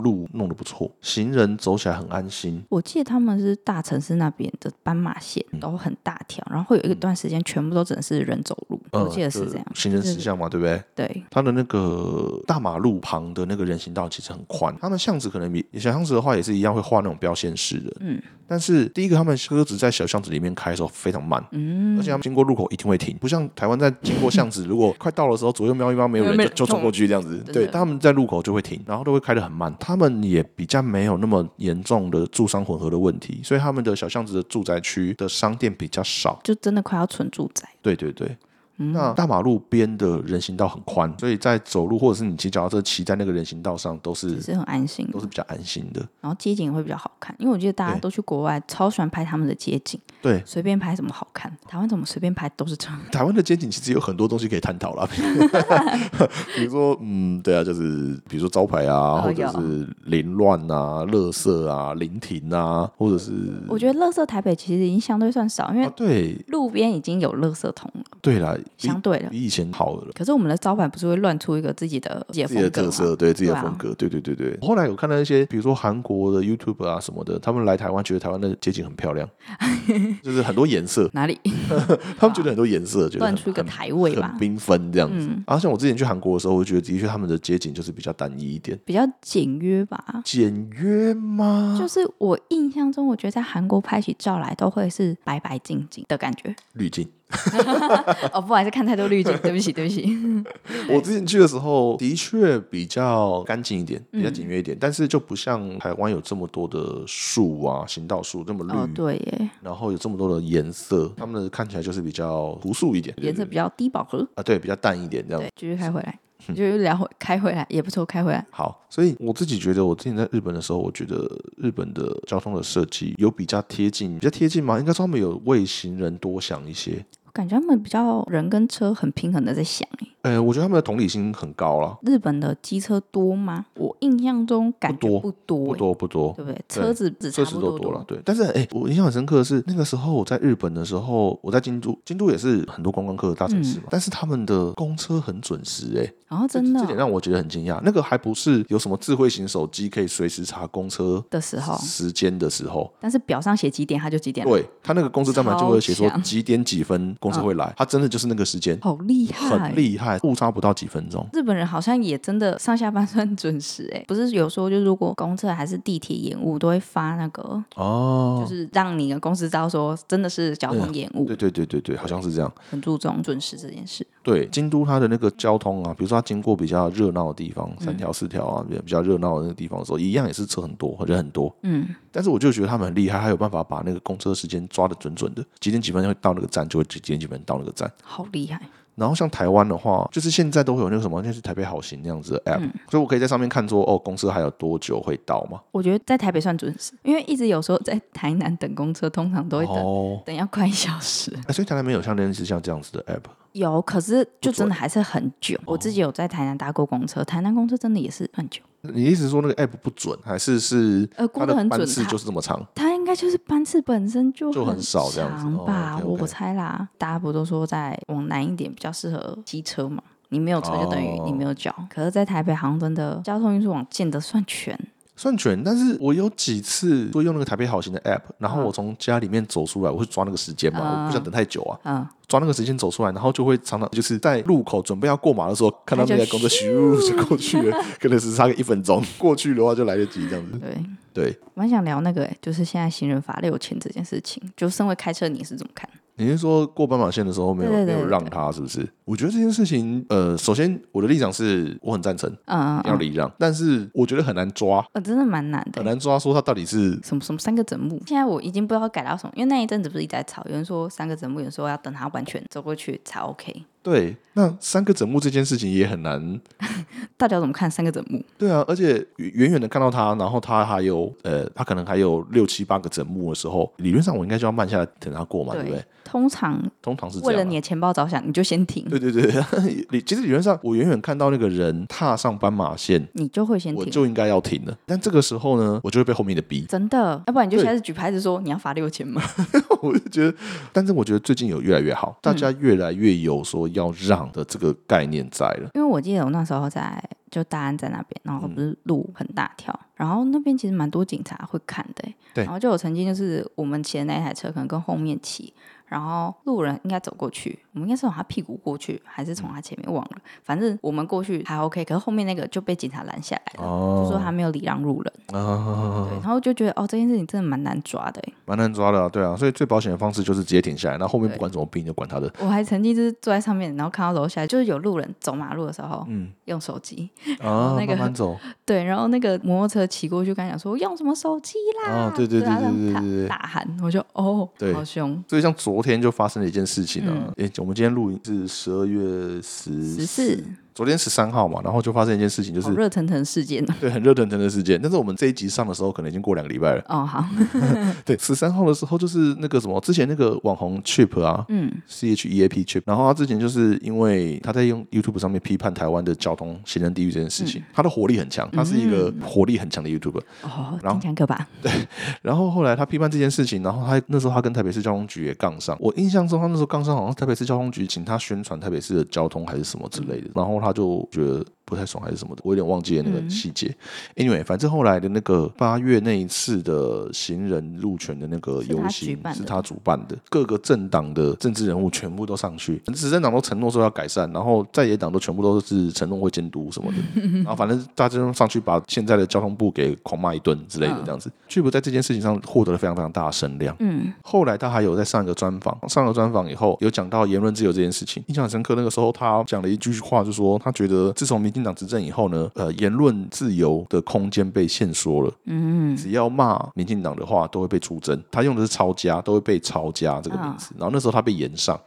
[SPEAKER 1] 路弄得不错，行人走起来很安心。
[SPEAKER 2] 我记得他们是大城市那边的斑马线
[SPEAKER 1] 嗯
[SPEAKER 2] 都很大条，然后会有一段时间全部都只能是人走路，我记得是这样
[SPEAKER 1] 呃。行人石像嘛，对不对？
[SPEAKER 2] 对，
[SPEAKER 1] 它的那个大马路旁的那个人行道其实很宽，他们巷子可能比小巷子的话也是一样会画那种标线式的，
[SPEAKER 2] 嗯，
[SPEAKER 1] 但是第一个他们车子在小巷子里面开的时候非常慢，
[SPEAKER 2] 嗯，
[SPEAKER 1] 而且他们经过路口一定会停，不像 台湾在经过巷子，如果快到的时候左右瞄一瞄没有人
[SPEAKER 2] 没
[SPEAKER 1] 就
[SPEAKER 2] 有
[SPEAKER 1] 就冲过去这样子，
[SPEAKER 2] 的
[SPEAKER 1] 对，但他们在路口就会停，然后都会开得很慢，他们也比较没有那么严重的住商混合的问题，所以他们的小巷子的住宅区的商店比较少。
[SPEAKER 2] 就真的快要纯住宅。
[SPEAKER 1] 对对对。
[SPEAKER 2] 嗯
[SPEAKER 1] 那大马路边的人行道很宽，所以在走路或者是你骑脚踏车骑在那个人行道上都是
[SPEAKER 2] 也是很安心
[SPEAKER 1] 都
[SPEAKER 2] 的
[SPEAKER 1] 是，比较安心的。
[SPEAKER 2] 然后街景也会比较好看，因为我记得大家
[SPEAKER 1] 对
[SPEAKER 2] 都去国外，超喜欢拍他们的街景，
[SPEAKER 1] 对，
[SPEAKER 2] 随便拍什么好看。台湾怎么随便拍都是这样，
[SPEAKER 1] 台湾的街景其实有很多东西可以探 讨啦，比如说 嗯，对啊，就是比如说招牌啊，
[SPEAKER 2] 哦
[SPEAKER 1] 或者
[SPEAKER 2] 有
[SPEAKER 1] 是凌乱啊、垃圾啊、临停啊，或者是
[SPEAKER 2] 我觉得垃圾台北其实已经相对算少，因
[SPEAKER 1] 啊
[SPEAKER 2] 为，
[SPEAKER 1] 对
[SPEAKER 2] 路边已经有垃圾桶了，
[SPEAKER 1] 对啦，比
[SPEAKER 2] 相对的。
[SPEAKER 1] 比以前好了。
[SPEAKER 2] 可是我们的招牌不是会乱出一个自己的自己的
[SPEAKER 1] 自己的
[SPEAKER 2] 风
[SPEAKER 1] 特
[SPEAKER 2] 格
[SPEAKER 1] 色，
[SPEAKER 2] 吗？
[SPEAKER 1] 对自己的
[SPEAKER 2] 对啊
[SPEAKER 1] 风格，对对对对。后来有看到一些，比如说韩国的 YouTube 啊什么的，他们来台湾觉得台湾的街景很 漂亮，就是很多颜色，
[SPEAKER 2] 哪里
[SPEAKER 1] 他们觉得很多颜色，觉得
[SPEAKER 2] 乱
[SPEAKER 1] 很
[SPEAKER 2] 出一个
[SPEAKER 1] 很
[SPEAKER 2] 台位
[SPEAKER 1] 很
[SPEAKER 2] 吧，嗯
[SPEAKER 1] 缤纷这样子。而、且、像我之前去韩国的时候，我觉得的确他们的街景就是比较单一一点，
[SPEAKER 2] 比较简约吧。
[SPEAKER 1] 简约吗？
[SPEAKER 2] 就是 我印象中，我觉得在韩国拍起照来都会是白白净净的感觉，
[SPEAKER 1] 滤镜，
[SPEAKER 2] 哦，不好意思，看太多滤镜，对不起，对不起。
[SPEAKER 1] 我之前去的时候，的确比较干净一点，
[SPEAKER 2] 嗯
[SPEAKER 1] 比较简约一点，但是就不像台湾有这么多的树啊，行道树这么绿，
[SPEAKER 2] 哦，对耶，
[SPEAKER 1] 然后有这么多的颜色，他们的看起来就是比较朴素一点，
[SPEAKER 2] 颜色比较低饱和。
[SPEAKER 1] 啊，对，比较淡一点这样。
[SPEAKER 2] 对，继续开回来，
[SPEAKER 1] 嗯
[SPEAKER 2] 就是聊回开回来也不错，开回来。
[SPEAKER 1] 好，所以我自己觉得，我之前在日本的时候，我觉得日本的交通的设计有比较贴近，比较贴近吗？应该说他们有为行人多想一些。
[SPEAKER 2] 我感觉他们比较人跟车很平衡的在想耶，
[SPEAKER 1] 呃，我觉得他们的同理心很高啦，
[SPEAKER 2] 日本的机车多吗？我印象中感
[SPEAKER 1] 不
[SPEAKER 2] 觉多
[SPEAKER 1] 不
[SPEAKER 2] 耶，
[SPEAKER 1] 多不多，
[SPEAKER 2] 对不对？车子只差
[SPEAKER 1] 车子
[SPEAKER 2] 不
[SPEAKER 1] 都
[SPEAKER 2] 多
[SPEAKER 1] 多了，。对。但是哎、我印象很深刻的是，那个时候我在日本的时候，我在京都，京都也是很多观光客的大城
[SPEAKER 2] 嗯
[SPEAKER 1] 市嘛，但是他们的公车很准时、哎，
[SPEAKER 2] 然后
[SPEAKER 1] 这
[SPEAKER 2] 真的
[SPEAKER 1] 这点
[SPEAKER 2] 哦
[SPEAKER 1] 让我觉得很惊讶。那个还不是有什么智慧型手机可以随时查公车
[SPEAKER 2] 的时候，
[SPEAKER 1] 时间的时候，
[SPEAKER 2] 但是表上写几点他就几点了，
[SPEAKER 1] 对他那个公车站牌就会写说
[SPEAKER 2] 超强嗯
[SPEAKER 1] 几点几分公车会来，他真的就是那个时间，
[SPEAKER 2] 好厉害
[SPEAKER 1] 很。厉害，误差不到几分钟。
[SPEAKER 2] 日本人好像也真的上下班 算准时哎、不是有时候就如果公厕还是地铁延误，都会发那个，
[SPEAKER 1] 哦
[SPEAKER 2] 就，是让你的公司知道说真的是交通延误，
[SPEAKER 1] 对对对对对，好像是这样。
[SPEAKER 2] 很注重准时这件事。
[SPEAKER 1] 对，京都它的那个交通啊，比如说它经过比较热闹的地方，
[SPEAKER 2] 嗯
[SPEAKER 1] 三条四条啊，比比较热闹的那个地方的时候，一样也是车很多，人很多。
[SPEAKER 2] 嗯，
[SPEAKER 1] 但是我就觉得他们很厉害，他有办法把那个公车时间抓得准准的，几点几分会到那个站，就会几点几分到那个站。
[SPEAKER 2] 好厉害，
[SPEAKER 1] 然后像台湾的话，就是现在都会有那个什么，就是台北好行那样子的 app，、所以我可以在上面看说，哦，公车还有多久会到嘛？
[SPEAKER 2] 我觉得在台北算准时，因为一直有时候在台南等公车，通常都会等、
[SPEAKER 1] 哦，
[SPEAKER 2] 等要快一小 时。
[SPEAKER 1] 哎，所以台南没有像类似像这样子的 app，
[SPEAKER 2] 有，可是就真的还是很久。我自己有在台南搭过公车，台南公车真的也是很久。
[SPEAKER 1] 你意思是说那个 app 不准，还是是
[SPEAKER 2] 呃
[SPEAKER 1] 它
[SPEAKER 2] 估得
[SPEAKER 1] 的
[SPEAKER 2] 很
[SPEAKER 1] 班
[SPEAKER 2] 准
[SPEAKER 1] 次
[SPEAKER 2] 它
[SPEAKER 1] 就是这么长？
[SPEAKER 2] 它应该就是班次本身就
[SPEAKER 1] 就很少这样子
[SPEAKER 2] 长吧，
[SPEAKER 1] 哦
[SPEAKER 2] 我
[SPEAKER 1] ，OK，OK
[SPEAKER 2] 我猜啦。大家不都说在往南一点比较适合机车嘛？你没有车就等于
[SPEAKER 1] 哦
[SPEAKER 2] 你没有脚。可是，在台北好像真的交通运输网建的算全，
[SPEAKER 1] 算全，但是我有几次会用那个台北好行的 app，然后我从家里面走出来，我会抓那个时间嘛，
[SPEAKER 2] 嗯
[SPEAKER 1] 我不想等太久啊，
[SPEAKER 2] 嗯，
[SPEAKER 1] 抓那个时间走出来，然后就会常常就是在路口准备要过马的时候，看到那个公车咻就过去 了，可能只差个一分钟，过去的话就来得及这样子。
[SPEAKER 2] 对。
[SPEAKER 1] 对，
[SPEAKER 2] 蛮想聊那个、欸，就是现在行人罚六千这件事情，就身为开车你是怎么看？
[SPEAKER 1] 你是说过斑马线的时候没有
[SPEAKER 2] 对对对
[SPEAKER 1] 没有让他是不是？我觉得这件事情，呃，首先我的立场是我很赞成
[SPEAKER 2] 嗯嗯
[SPEAKER 1] 要
[SPEAKER 2] 嗯，
[SPEAKER 1] 礼让，但是我觉得很难抓，
[SPEAKER 2] 呃，真的蛮难的
[SPEAKER 1] 很
[SPEAKER 2] 欸、
[SPEAKER 1] 难抓说他到底是
[SPEAKER 2] 什么什么三个整木，现在我已经不知道改到什么，因为那一阵子不是一直在吵，有人说三个整木，有人说要等他完全走过去才 OK。
[SPEAKER 1] 对那三个整木这件事情也很难
[SPEAKER 2] 到底要怎么看三个整木？
[SPEAKER 1] 对啊，而且远远的看到他，然后他还有呃，他可能还有六七八个枕木的时候，理论上我应该就要慢下来等他过嘛，对不对？
[SPEAKER 2] 通常
[SPEAKER 1] 通常是这
[SPEAKER 2] 为了
[SPEAKER 1] 样啊、
[SPEAKER 2] 你的钱包着想，你就先停，
[SPEAKER 1] 对对对， 理其实理论上，我远远看到那个人踏上斑马线，
[SPEAKER 2] 你就会先
[SPEAKER 1] 我
[SPEAKER 2] 停。
[SPEAKER 1] 就应该要停了。但这个时候呢，我就会被后面的逼。
[SPEAKER 2] 真的，要不然你就
[SPEAKER 1] 对
[SPEAKER 2] 开始举牌子说你要罚六千嘛。
[SPEAKER 1] 我就觉得，但是我觉得最近有越来越好，大家越来越有说要让的这个概念在了。
[SPEAKER 2] 因为我记得我那时候在就大安在那边，然后
[SPEAKER 1] 嗯
[SPEAKER 2] 不是路很大条，然后那边其实蛮多警察会看的、欸。
[SPEAKER 1] 对
[SPEAKER 2] 然后就有曾经就是我们骑的那一台车可能跟后面骑，然后路人应该走过去，我们应该是从他屁股过去，还是从
[SPEAKER 1] 嗯
[SPEAKER 2] 他前面忘了，反正我们过去还 OK，可是后面那个就被警察拦下来了。就说
[SPEAKER 1] 哦，
[SPEAKER 2] 他没有礼让路人，
[SPEAKER 1] 啊
[SPEAKER 2] 对，，然后就觉得哦，这件事情真的蛮难抓的欸。
[SPEAKER 1] 蛮难抓的、啊，对啊，所以最保险的方式就是直接停下来，那后面
[SPEAKER 2] 对
[SPEAKER 1] 不管怎么逼，你就管他 的。
[SPEAKER 2] 我还曾经就是坐在上面，然后看到楼下就是有路人走马路的时候，
[SPEAKER 1] 嗯
[SPEAKER 2] 用手机，
[SPEAKER 1] 啊，
[SPEAKER 2] 那个
[SPEAKER 1] 慢慢 走。
[SPEAKER 2] 对，然后那个摩托车骑过去，跟他讲说用什么手机啦，
[SPEAKER 1] 啊对对对
[SPEAKER 2] 啊
[SPEAKER 1] 对对
[SPEAKER 2] 让他
[SPEAKER 1] 对对
[SPEAKER 2] 大喊，我就哦
[SPEAKER 1] 对，
[SPEAKER 2] 好凶，
[SPEAKER 1] 所以像昨天就发生了一件事情啊，诶、我们今天录影是十二月十
[SPEAKER 2] 十四，
[SPEAKER 1] 昨天十三号嘛，然后就发生一件事情，就
[SPEAKER 2] 好
[SPEAKER 1] 是
[SPEAKER 2] 热腾腾事件哦，
[SPEAKER 1] 对很热腾腾的事件。但是我们这一集上的时候，可能已经过两个礼拜了。
[SPEAKER 2] 哦好，
[SPEAKER 1] 对，十三号的时候就是那个什么，之前那个网红 Chip 啊。
[SPEAKER 2] 嗯
[SPEAKER 1] C H E A P Chip，然后他之前就是因为他在用 YouTube 上面批判台湾的交通行人地狱这件事情，他的火力很强，他是一个火力很强的 YouTuber。
[SPEAKER 2] 哦，
[SPEAKER 1] 然后
[SPEAKER 2] 听起来很可怕，
[SPEAKER 1] 然后后来他批判这件事情，然后他那时候他跟台北市交通局也杠上。我印象中他那时候杠上，好像是台北市交通局请他宣传台北市的交通还是什么之类的。然后他就觉得不不太爽还是什么的，我有点忘记了那
[SPEAKER 2] 嗯
[SPEAKER 1] 个细节。anyway，反正后来的那个八月那一次的行人路权的那个游
[SPEAKER 2] 是他举
[SPEAKER 1] 行
[SPEAKER 2] 办的
[SPEAKER 1] 是他主办的，各个政党的政治人物全部都上去，执政党都承诺说要改善，然后在野党都全部都是承诺会监督什么的，然后反正大家都上去把现在的交通部给狂骂一顿之类的这样子。巨博在这件事情上获得了非常非常大的声量。
[SPEAKER 2] 嗯，
[SPEAKER 1] 后来他还有在上一个专访，上了专访以后有讲到言论自由这件事情，印象很深刻。那个时候他讲了一句话，就说他觉得自从民进党执政以后呢，呃，言论自由的空间被限缩了。嗯，只要骂民进党的话都会被出征。他用的是抄家，都会被抄家这个名词。然后那时候他被延上，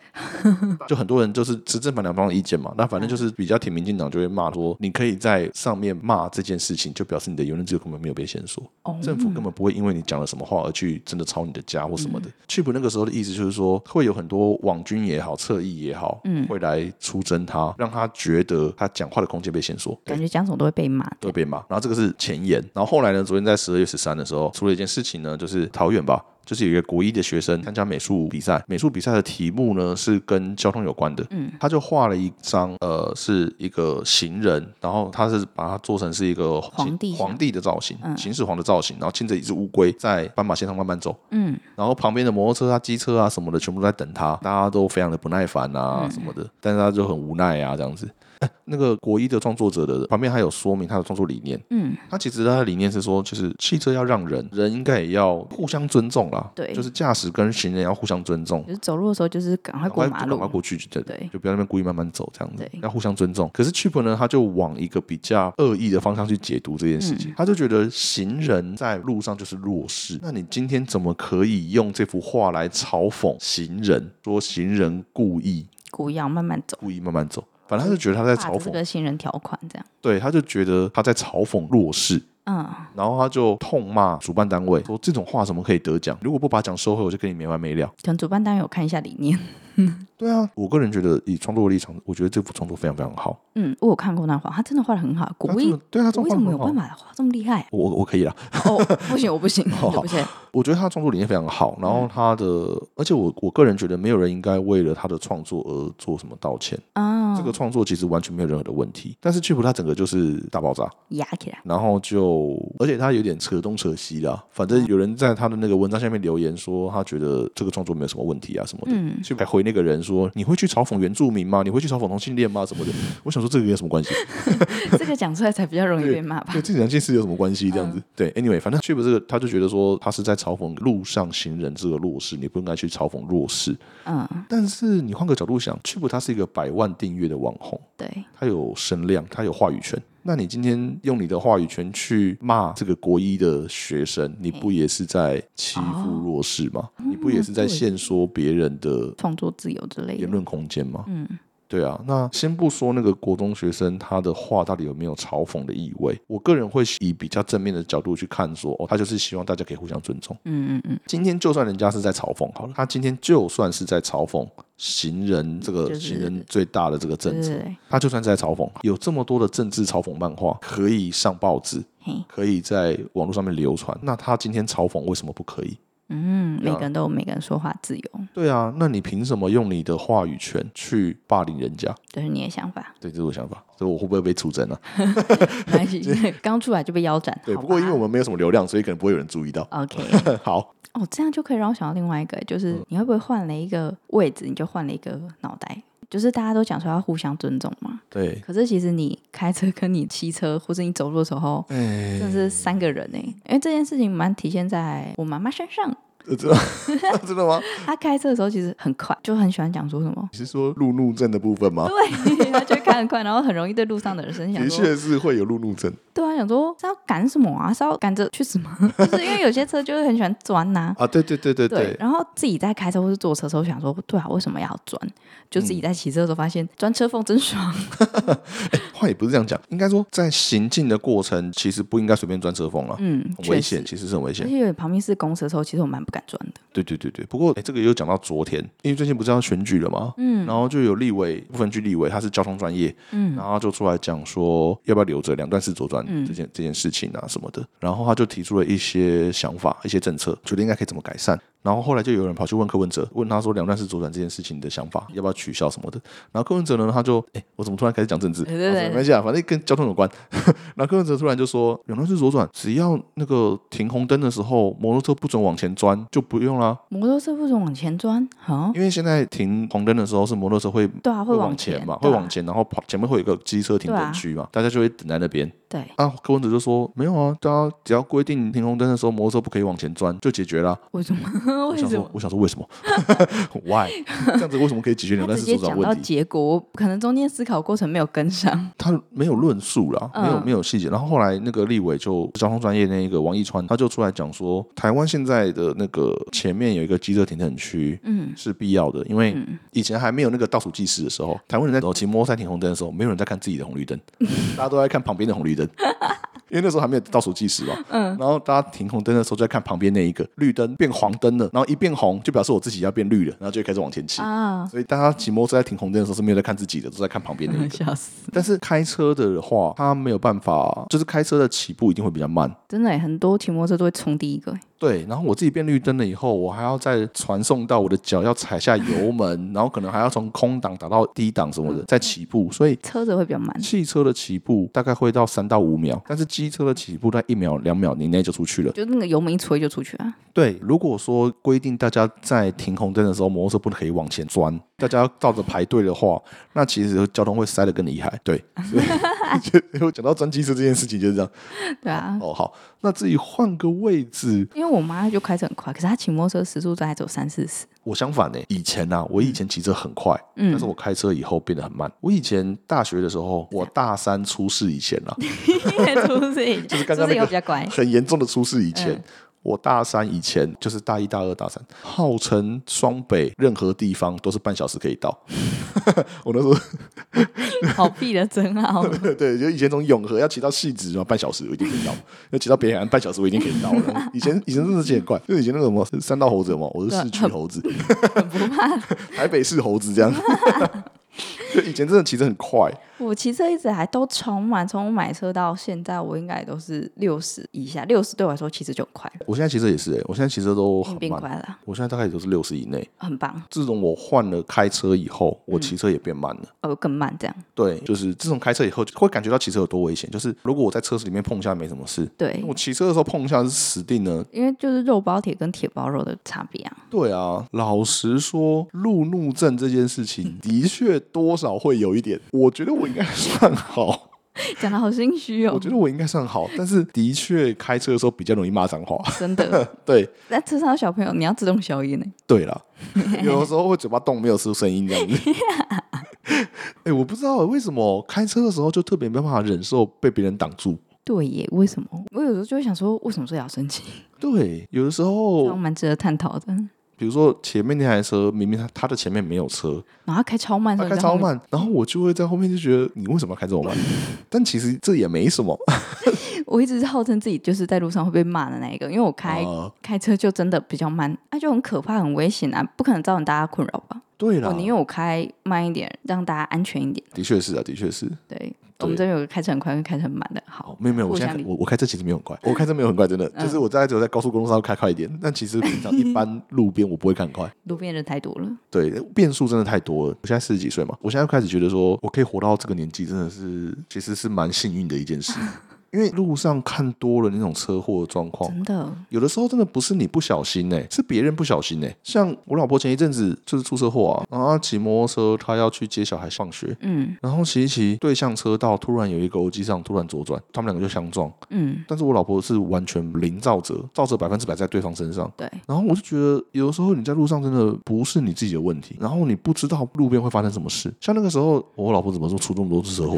[SPEAKER 1] 就很多人就是持正反两方的意见嘛。那反正就是比较挺民进党就会骂说，你可以在上面骂这件事情，就表示你的言论自由根本没有被限缩。
[SPEAKER 2] 哦
[SPEAKER 1] 政府根本不会因为你讲了什么话而去真的抄你的家或什么的。去普那个时候的意思就是说，会有很多网军也好、侧翼也好，嗯，会来出征他，让他觉得他讲话的空间被限缩。
[SPEAKER 2] 感觉讲什么都会被骂。
[SPEAKER 1] 都会被骂。然后这个是前言，然后后来呢，昨天在十二月十三的时候出了一件事情呢，就是桃园吧。就是有一个国一的学生参加美术比赛，美术比赛的题目呢是跟交通有关的，嗯，他就画了一张，呃，是一个行人，然后他是把它做成是一个
[SPEAKER 2] 皇帝像
[SPEAKER 1] 皇帝的造型，秦始皇的造型，然后牵着一只乌龟在斑马线上慢慢走，
[SPEAKER 2] 嗯，
[SPEAKER 1] 然后旁边的摩托车啊、机车啊什么的全部都在等他，大家都非常的不耐烦啊什么的，但是他就很无奈啊这样子。哎那个国一的创作者的旁边还有说明他的创作理念，
[SPEAKER 2] 嗯，
[SPEAKER 1] 他其实他的理念是说，就是汽车要让人，人应该也要互相尊重啦，
[SPEAKER 2] 对
[SPEAKER 1] 就是驾驶跟行人要互相尊重
[SPEAKER 2] 就。是走路的时候就是赶快过
[SPEAKER 1] 赶快
[SPEAKER 2] 马
[SPEAKER 1] 赶快
[SPEAKER 2] 路。
[SPEAKER 1] 过去就对了，
[SPEAKER 2] 对
[SPEAKER 1] 就不要在那边故意慢慢走这样子
[SPEAKER 2] 对，
[SPEAKER 1] 要互相尊重。可是 Chip 呢，他就往一个比较恶意的方向去解读这件事
[SPEAKER 2] 嗯
[SPEAKER 1] 情，他就觉得行人在路上就是弱势，那你今天怎么可以用这幅画来嘲讽行人，说行人故意
[SPEAKER 2] 故意要慢慢走，
[SPEAKER 1] 故意慢慢走？反正他就觉得他在
[SPEAKER 2] 把
[SPEAKER 1] 嘲
[SPEAKER 2] 这
[SPEAKER 1] 讽，
[SPEAKER 2] 个新人条款这样。
[SPEAKER 1] 对，他就觉得他在嘲讽弱势。
[SPEAKER 2] 嗯，
[SPEAKER 1] 然后他就痛骂主办单位，说这种话怎么可以得奖？如果不把奖收回，我就跟你没完没了。
[SPEAKER 2] 可能主办单位有看一下理念。
[SPEAKER 1] 对啊，我个人觉得以创作的立场，我觉得这幅创作非常非常好。
[SPEAKER 2] 嗯，我有看过那画，他真的画的很好。
[SPEAKER 1] 他
[SPEAKER 2] 古
[SPEAKER 1] 真
[SPEAKER 2] 一
[SPEAKER 1] 的，对啊，他
[SPEAKER 2] 我
[SPEAKER 1] 创
[SPEAKER 2] 为
[SPEAKER 1] 作
[SPEAKER 2] 什么有
[SPEAKER 1] 很好？
[SPEAKER 2] 办。法画这么厉害
[SPEAKER 1] 我我可以啦，
[SPEAKER 2] 哦， 不行，我不行，我不行。
[SPEAKER 1] 我觉得他的创作理念非常好，然
[SPEAKER 2] 嗯
[SPEAKER 1] 后他的，而且我我个人觉得没有人应该为了他的创作而做什么道歉，
[SPEAKER 2] 啊
[SPEAKER 1] 这，个创作其实完全没有任何的问题。但是巨普他整个就是大爆炸，
[SPEAKER 2] 压起来。
[SPEAKER 1] 然后就，而且他有点扯东扯西啦。反正有人在他的那个文章下面留言说，他觉得这个创作没有什么问题啊什么的，
[SPEAKER 2] 嗯
[SPEAKER 1] 就还回那个人说，你会去嘲讽原住民吗？你会去嘲讽同性恋吗？什么的。我想说这个有什么关系？
[SPEAKER 2] 这个讲出来才比较容易被骂吧？
[SPEAKER 1] 对这两件事有什么关系？这样
[SPEAKER 2] 嗯
[SPEAKER 1] 子，对，anyway，反正 Chip 这个他就觉得说他是在嘲讽路上行人这个弱势，你不应该去嘲讽弱势。
[SPEAKER 2] 嗯，
[SPEAKER 1] 但是你换个角度想，Chip 他是一个百万订阅的网红，
[SPEAKER 2] 对，
[SPEAKER 1] 他有声量，他有话语权。那你今天用你的话语权去骂这个国一的学生，你不也是在欺负弱势
[SPEAKER 2] 哦
[SPEAKER 1] 吗？
[SPEAKER 2] 嗯
[SPEAKER 1] 你不也是在
[SPEAKER 2] 对
[SPEAKER 1] 限缩别人的
[SPEAKER 2] 创作自由之类
[SPEAKER 1] 言
[SPEAKER 2] 的。
[SPEAKER 1] 论空间吗？嗯，对啊。那先不说那个国中学生他的话到底有没有嘲讽的意味，我个人会以比较正面的角度去看说，哦，他就是希望大家可以互相尊重。
[SPEAKER 2] 嗯嗯嗯，
[SPEAKER 1] 今天就算人家是在嘲讽好了，他今天就算是在嘲讽行人这个
[SPEAKER 2] 就是
[SPEAKER 1] 行人最大的这个
[SPEAKER 2] 对
[SPEAKER 1] 政
[SPEAKER 2] 对
[SPEAKER 1] 策，
[SPEAKER 2] 对，
[SPEAKER 1] 他就算是在嘲讽，有这么多的政治嘲讽漫画可以上报纸。
[SPEAKER 2] 嘿，
[SPEAKER 1] 可以在网络上面流传，那他今天嘲讽为什么不可以？
[SPEAKER 2] 嗯，每
[SPEAKER 1] 对啊
[SPEAKER 2] 个人都有每个人说话自由，
[SPEAKER 1] 对啊，那你凭什么用你的话语权去霸凌人家？
[SPEAKER 2] 这是你的 想法。
[SPEAKER 1] 对，这是我想法。所以我会不会被出征啊？
[SPEAKER 2] 没关系， 刚出来就被腰斩。
[SPEAKER 1] 对，
[SPEAKER 2] 好
[SPEAKER 1] 不过因为
[SPEAKER 2] 吧
[SPEAKER 1] 我们没有什么流量，所以可能不会有人注意到。
[SPEAKER 2] OK，
[SPEAKER 1] 好，
[SPEAKER 2] 哦，这样就可以让我想到另外一个，就是
[SPEAKER 1] 嗯
[SPEAKER 2] 你会不会换了一个位置，你就换了一个脑袋？就是大家都讲说要互相尊重嘛，
[SPEAKER 1] 对，
[SPEAKER 2] 可是其实你开车跟你骑车或者你走路的时候，
[SPEAKER 1] 哎
[SPEAKER 2] 真的是三个人呢、欸因为这件事情蛮体现在我妈妈身 上，
[SPEAKER 1] 呃真的真的吗？，
[SPEAKER 2] 她开车的时候其实很快，就很喜欢讲说什么
[SPEAKER 1] 你是说路怒症的部分吗？
[SPEAKER 2] 对，她就会开很快，然后很容易对路上的人生哦气，想
[SPEAKER 1] 的
[SPEAKER 2] 说，
[SPEAKER 1] 确是会有路怒症。
[SPEAKER 2] 对啊，想说是要赶什么啊，是要赶着去什么？ 就是因为有些车就会很喜欢钻呐、
[SPEAKER 1] 啊，对对对 对
[SPEAKER 2] 对，，然后自己在开车或是坐车的时候想说，对啊，为什么要钻？就
[SPEAKER 1] 嗯
[SPEAKER 2] 自己在骑车的时候发现钻车缝真爽。
[SPEAKER 1] 话也不是这样讲，应该说在行进的过程，其实不应该随便钻车缝了。
[SPEAKER 2] 嗯，
[SPEAKER 1] 很
[SPEAKER 2] 确
[SPEAKER 1] 危
[SPEAKER 2] 实
[SPEAKER 1] 险，。其实是很危
[SPEAKER 2] 而
[SPEAKER 1] 险。
[SPEAKER 2] 且有旁边是公车的时候，其实我蛮不敢钻的。
[SPEAKER 1] 对对对对。不过，哎，这个也有讲到昨天，因为最近不是要选举了嘛，嗯，然后就有立委不分区立委，他是交通专业，
[SPEAKER 2] 嗯，
[SPEAKER 1] 然后就出来讲说要不要留着两段式左转
[SPEAKER 2] 嗯
[SPEAKER 1] 这件、这件事情啊什么的，然后他就提出了一些想法、一些政策，觉得应该可以怎么改善。然后后来就有人跑去问柯文哲，问他说两段式左转这件事情的想法，要不要取消什么的。然后柯文哲呢，他就哎，我怎么突然开始讲政治？
[SPEAKER 2] 对对对
[SPEAKER 1] 然一下，反正跟交通有关。 那柯文哲突然就说，有人是左转，只要那个停红灯的时候，摩托车不准往前钻，就不用啦。
[SPEAKER 2] 摩托车不准往前钻，啊，
[SPEAKER 1] 因为现在停红灯的时候是摩托车会
[SPEAKER 2] 对啊，
[SPEAKER 1] 会
[SPEAKER 2] 往
[SPEAKER 1] 往前嘛，嗯
[SPEAKER 2] 对
[SPEAKER 1] 会
[SPEAKER 2] 啊
[SPEAKER 1] 往前，然后跑前面会有一个机车停
[SPEAKER 2] 对啊
[SPEAKER 1] 等区嘛，大家就会等在那边。
[SPEAKER 2] 对，
[SPEAKER 1] 啊，柯文哲就说没有啊，大家只要规定停红灯的时候，摩托车不可以往前钻，就解决啦。
[SPEAKER 2] 为什么？
[SPEAKER 1] 我
[SPEAKER 2] 为
[SPEAKER 1] 想
[SPEAKER 2] 什
[SPEAKER 1] 说
[SPEAKER 2] 么，？
[SPEAKER 1] 我想说为什么 ？Why？这样子为什么可以解决两
[SPEAKER 2] 他
[SPEAKER 1] 但
[SPEAKER 2] 直
[SPEAKER 1] 是
[SPEAKER 2] 接
[SPEAKER 1] 左转
[SPEAKER 2] 讲到
[SPEAKER 1] 问题？
[SPEAKER 2] 结果，我可能中间思考过程没有 跟上。
[SPEAKER 1] 他没有论述啦，没有
[SPEAKER 2] 嗯
[SPEAKER 1] 没有细节。然后后来那个立委就交通专业那一个王一川，他就出来讲说，台湾现在的那个前面有一个机车停等区。
[SPEAKER 2] 嗯，
[SPEAKER 1] 是必要的，因为以前还没有那个倒数计时的时候，台湾人在骑摩托车停红灯的时候，没有人在看自己的红绿 灯，大家都在看旁边的红绿灯，因为那时候还没有倒数计时嘛。嗯，然后大家停红灯的时候就在看旁边那一个绿灯变黄灯了，然后一变红就表示我自己要变绿了，然后就开始往前骑。
[SPEAKER 2] 啊，
[SPEAKER 1] 所以大家骑摩托车在停红灯的时候是没有在看自己的，都在看旁边那一个。
[SPEAKER 2] 笑死！
[SPEAKER 1] 但是开车的话，他没有办法，就是开车的起步一定会比较慢。
[SPEAKER 2] 真的耶很多骑摩托车都会冲第一个耶，
[SPEAKER 1] 对，然后我自己变绿灯了以后，我还要再传送到我的脚要踩下油门，然后可能还要从空档打到低档什么的，再起步。所以
[SPEAKER 2] 车子会比较慢。
[SPEAKER 1] 汽车的起步大概会到三到五秒，但是机车的起步在一秒两秒以内就出去了。
[SPEAKER 2] 就那个油门一吹就出去啊！
[SPEAKER 1] 对，如果说规定大家在停红灯的时候，摩托车不可以往前钻，大家要照着排队的话，那其实交通会塞得更厉害。对，所以 我讲到钻机车这件事情就是这样。
[SPEAKER 2] 对啊，
[SPEAKER 1] 哦，好，那至于换个位置，
[SPEAKER 2] 因为我妈就开车很快，可是她骑摩托车时速大概只有三 四十。
[SPEAKER 1] 我相反呢、以前啊，我以前骑车很快，
[SPEAKER 2] 嗯
[SPEAKER 1] 但是我开车以后变得很慢。我以前大学的时候，我大三出事以前啊，
[SPEAKER 2] 出事，
[SPEAKER 1] 就是刚刚那个
[SPEAKER 2] 出事以后比较乖。
[SPEAKER 1] 很严重的出事以前。
[SPEAKER 2] 嗯
[SPEAKER 1] 我大三以前就是大一、大二、大三，号称双北任何地方都是半小时可以到。 我那时候
[SPEAKER 2] 好屁的真 好，
[SPEAKER 1] 对，就以前从永和要骑到汐止嘛，半小时我一定可以 到；要骑到北海岸半小时我一定可以到了。以前以前真的是很快，就以前那个什么三道猴子嘛，我是市区猴子，
[SPEAKER 2] 很 不怕。
[SPEAKER 1] 台北市猴子 这样。就以前真的骑得很快，
[SPEAKER 2] 我骑车一直还都超慢，从我买车到现在，我应该也都是六十以下，六十对我来说其实就很快了，
[SPEAKER 1] 我现在骑车也是、欸，我现在骑车都
[SPEAKER 2] 已经
[SPEAKER 1] 很
[SPEAKER 2] 变
[SPEAKER 1] 慢。
[SPEAKER 2] 快了，
[SPEAKER 1] 我现在大概也都是六十以内。
[SPEAKER 2] 很棒，
[SPEAKER 1] 自从我换了开车以后，我骑车也变慢了。
[SPEAKER 2] 哦，更慢这样。
[SPEAKER 1] 对，就是自从开车以后，会感觉到骑车有多危险。就是如果我在车子里面碰一下没什么事，
[SPEAKER 2] 对，
[SPEAKER 1] 我骑车的时候碰一下是死定了。
[SPEAKER 2] 因为就是肉包铁跟铁包肉的差别啊，
[SPEAKER 1] 对啊，老实说，路怒症这件事情的确多少会有一点。我觉得我应该算好，
[SPEAKER 2] 讲的好心虚
[SPEAKER 1] 我
[SPEAKER 2] 哦
[SPEAKER 1] 觉，得我应该算好，但是的确开车的时候比较容易骂脏话。
[SPEAKER 2] 真的。
[SPEAKER 1] 对，
[SPEAKER 2] 在车上有小朋友，你要自动消音呢、
[SPEAKER 1] 对啦，有的时候会嘴巴动没有出声音这样子。 哎、我不知道为什么开车的时候就特别没办法忍受被别人挡住。
[SPEAKER 2] 对耶，为什么？我有时候就会想说，为什么这要生气？
[SPEAKER 1] 对，有的时
[SPEAKER 2] 这样
[SPEAKER 1] 候，
[SPEAKER 2] 蛮值得探讨的。
[SPEAKER 1] 比如说前面那台车，明明他他的前面没有车，
[SPEAKER 2] 然后他开超慢，
[SPEAKER 1] 他
[SPEAKER 2] 所以
[SPEAKER 1] 啊开
[SPEAKER 2] 在
[SPEAKER 1] 超
[SPEAKER 2] 后面，
[SPEAKER 1] 慢，然后我就会在后面就觉得你为什么要开这么慢？但其实这也没什么。
[SPEAKER 2] 我一直是号称自己就是在路上会被骂的那一个，因为我开、
[SPEAKER 1] 啊
[SPEAKER 2] 开车就真的比较慢，那、就很可怕、很危险啊，不可能造成大家困扰吧？
[SPEAKER 1] 对
[SPEAKER 2] 我
[SPEAKER 1] 啦，
[SPEAKER 2] 宁愿我开慢一点，让大家安全一点。
[SPEAKER 1] 的确是啊，的确是。
[SPEAKER 2] 对，我们这边有个开车很快跟开车很慢的，好
[SPEAKER 1] 哦，，没有没有，
[SPEAKER 2] 互
[SPEAKER 1] 我现
[SPEAKER 2] 相
[SPEAKER 1] 在
[SPEAKER 2] 理嗯
[SPEAKER 1] 我我开车其实没有很快，我开车没有很快，真的，就是我大概只有在高速公路上开快一点，但其实平常一 般路边我不会开很快。
[SPEAKER 2] 路边人太多了，
[SPEAKER 1] 对，变数真的太多了。我现在四十几岁嘛，我现在开始觉得说，我可以活到这个年纪，真的是其实是蛮幸运的一件 事。因为路上看多了那种车祸的状况，
[SPEAKER 2] 真的，
[SPEAKER 1] 有的时候真的不是你不小心呢、是别人不小心呢、欸像我老婆前一阵子就是出车祸啊，然后她骑摩托车，她要去接小孩放学，
[SPEAKER 2] 嗯
[SPEAKER 1] 然后骑一骑对向车道，突然有一个欧机上突然左转，他们两个就相撞。
[SPEAKER 2] 嗯，
[SPEAKER 1] 但是我老婆是完全零造责，造责百分之百在对方身上。
[SPEAKER 2] 对，
[SPEAKER 1] 然后我就觉得，有的时候你在路上真的不是你自己的问题，然后你不知道路边会发生什么事。像那个时候，我老婆怎么说出这么多次车祸？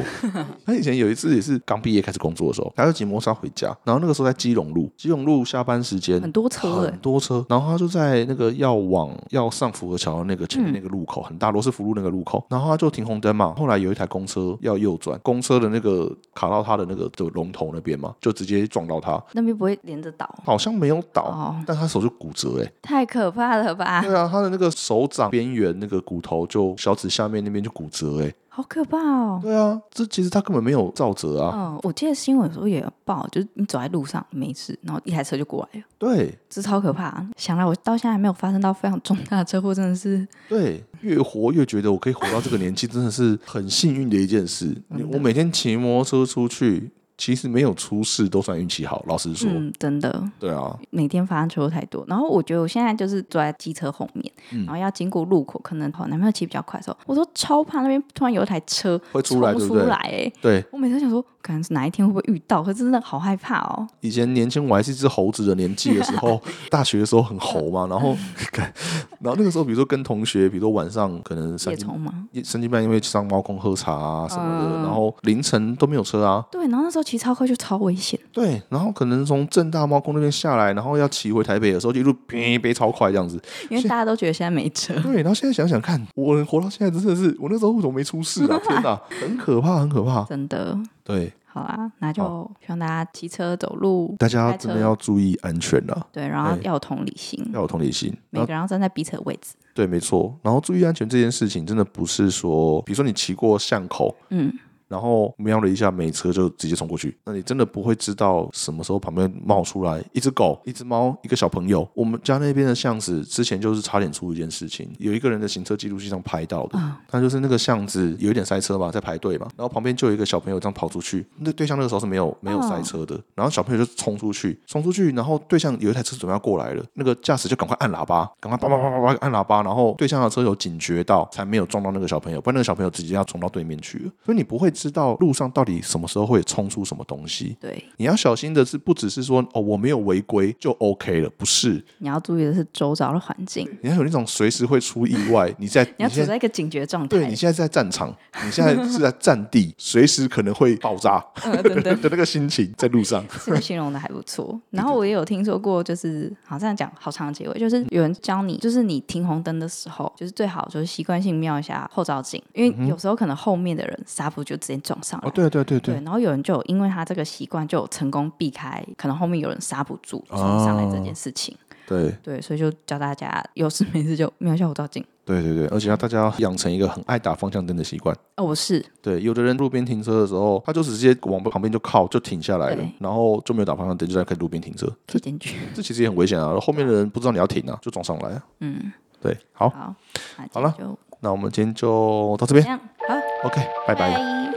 [SPEAKER 1] 她以前有一次也是刚毕业开始工作的时候，她就骑摩托车回家，然后那个时候在基隆路，基隆路下班时间
[SPEAKER 2] 很多车哎、
[SPEAKER 1] 很多车，然后他就在那个要往要上福和桥的那个
[SPEAKER 2] 嗯
[SPEAKER 1] 前面那个路口，很大罗斯福路那个路口，然后他就停红灯嘛。后来有一台公车要右转，公车的那个卡到他的那个的龙头那边嘛，就直接撞到他，
[SPEAKER 2] 那边不会连着倒
[SPEAKER 1] 好像没有倒。
[SPEAKER 2] 哦，
[SPEAKER 1] 但他手就骨折哎、欸，啊
[SPEAKER 2] 太可怕了吧？
[SPEAKER 1] 对啊，他的那个手掌边缘那个骨头就小指下面那边就骨折哎、欸，
[SPEAKER 2] 好可怕哦！
[SPEAKER 1] 对啊，这其实他根本没有造责啊。
[SPEAKER 2] 嗯，我记得新闻有时候也有报，就是你走在路上没事，然后一台车就过来了，
[SPEAKER 1] 对
[SPEAKER 2] 这超可怕、想来我到现在还没有发生到非常重大的车祸，真 的是
[SPEAKER 1] 对，越活越觉得我可以活到这个年纪，真的是很幸运的一件事。你我每天骑摩托车出去，其实没有出事都算运气好。老实说，
[SPEAKER 2] 嗯，真的
[SPEAKER 1] 对啊，
[SPEAKER 2] 每天发生车祸太多。然后我觉得我现在就是坐在机车后面，
[SPEAKER 1] 嗯
[SPEAKER 2] 然后要经过路口，可能我男朋友骑比较快的时候，我都超怕那边突然有一台车
[SPEAKER 1] 会出来
[SPEAKER 2] 冲
[SPEAKER 1] 对不
[SPEAKER 2] 出
[SPEAKER 1] 对
[SPEAKER 2] 来、欸，
[SPEAKER 1] 对。
[SPEAKER 2] 我每次想说，可能是哪一天会不会遇到，可是真的好害怕哦。
[SPEAKER 1] 以前年轻我还是一只猴子的年纪的时 候，大学的时候很猴嘛，然后，
[SPEAKER 2] 嗯
[SPEAKER 1] 然后那个时候比如说跟同学，比如说晚上可能三
[SPEAKER 2] 夜
[SPEAKER 1] 更
[SPEAKER 2] 冲吗？
[SPEAKER 1] 三更半夜会上猫空喝茶啊什么的，
[SPEAKER 2] 嗯
[SPEAKER 1] 然后凌晨都没有车啊，
[SPEAKER 2] 对，然后那时候骑超快就超危险，
[SPEAKER 1] 对，然后可能从正大猫空那边下来，然后要骑回台北的时候，就一路哔哔超快这样子。
[SPEAKER 2] 因为大家都觉得现在没车。
[SPEAKER 1] 对，然后现在想想看，我能活到现在真的是，我那时候为什么没出事啊？天哪，很可怕，很可怕。
[SPEAKER 2] 真的。
[SPEAKER 1] 对，
[SPEAKER 2] 好啦，那就希望大家骑车走路，
[SPEAKER 1] 大家
[SPEAKER 2] 开车
[SPEAKER 1] 真的要注意安全啊，
[SPEAKER 2] 对，然后
[SPEAKER 1] 对
[SPEAKER 2] 要有同理心，
[SPEAKER 1] 要有同理心。然
[SPEAKER 2] 每
[SPEAKER 1] 后
[SPEAKER 2] 个人要站在彼此的位置。
[SPEAKER 1] 对，没错。然后注意安全这件事情，真的不是说，比如说你骑过巷口，
[SPEAKER 2] 嗯，
[SPEAKER 1] 然后瞄了一下没车就直接冲过去，那你真的不会知道什么时候旁边冒出来一只狗、一只猫、一个小朋友。我们家那边的巷子之前就是差点出一件事情，有一个人的行车记录器上拍到
[SPEAKER 2] 啊
[SPEAKER 1] 的，他就是那个巷子有一点塞车嘛，在排队嘛，然后旁边就有一个小朋友这样跑出去，那对象那个时候是没有没有塞车的，然后小朋友就冲出去，冲出去，然后对象有一台车准备要过来了，那个驾驶就赶快按喇叭，赶快叭叭叭叭叭按喇叭，然后对象的车有警觉到，才没有撞到那个小朋友，不然那个小朋友直接要冲到对面去了，所以你不会知道路上到底什么时候会冲出什么东西。
[SPEAKER 2] 对，
[SPEAKER 1] 你要小心的是，不只是说哦我没有违规就 OK 了，不是，
[SPEAKER 2] 你要注意的是周遭的环境，
[SPEAKER 1] 你要有那种随时会出意外，你在
[SPEAKER 2] 你要
[SPEAKER 1] 现
[SPEAKER 2] 处在一个警觉状
[SPEAKER 1] 对你
[SPEAKER 2] 态。
[SPEAKER 1] 现在是在战 场，你现在是在战地，随时可能会爆炸
[SPEAKER 2] 嗯，等
[SPEAKER 1] 的
[SPEAKER 2] 等，
[SPEAKER 1] 那个心情，在路上。
[SPEAKER 2] 这个形容的还不 错。然后我也有听说过，就是好像讲好长的结尾，
[SPEAKER 1] 嗯
[SPEAKER 2] 就是有人教你，就是你停红灯的时候，就是最好就是习惯性瞄一下后照镜，因为有时候可能后面的人刹不住就直接撞上来
[SPEAKER 1] 嗯哦，。对对对
[SPEAKER 2] 对，
[SPEAKER 1] 对，
[SPEAKER 2] 然后有人就有因为他这个习惯，就有成功避开可能后面有人刹不住
[SPEAKER 1] 哦
[SPEAKER 2] 冲上来这件事情。
[SPEAKER 1] 对
[SPEAKER 2] 对，所以就教大家有事没事就瞄一下后照镜。
[SPEAKER 1] 对对对，而且要大家要养成一个很爱打方向灯的习惯。
[SPEAKER 2] 哦，我是
[SPEAKER 1] 对，有的人路边停车的时候，他就直接往旁边就靠，就停下来了
[SPEAKER 2] 对，
[SPEAKER 1] 然后就没有打方向灯，就在开路边停车，
[SPEAKER 2] 贴进去。
[SPEAKER 1] 这其实也很危险啊。后面的人不知道你要停啊，就撞上来啊。
[SPEAKER 2] 嗯，
[SPEAKER 1] 对，好，
[SPEAKER 2] 好，那今
[SPEAKER 1] 好了
[SPEAKER 2] 天就
[SPEAKER 1] 那我们今天就到这
[SPEAKER 2] 这
[SPEAKER 1] 边
[SPEAKER 2] 样，好，
[SPEAKER 1] ，OK，拜拜。
[SPEAKER 2] 拜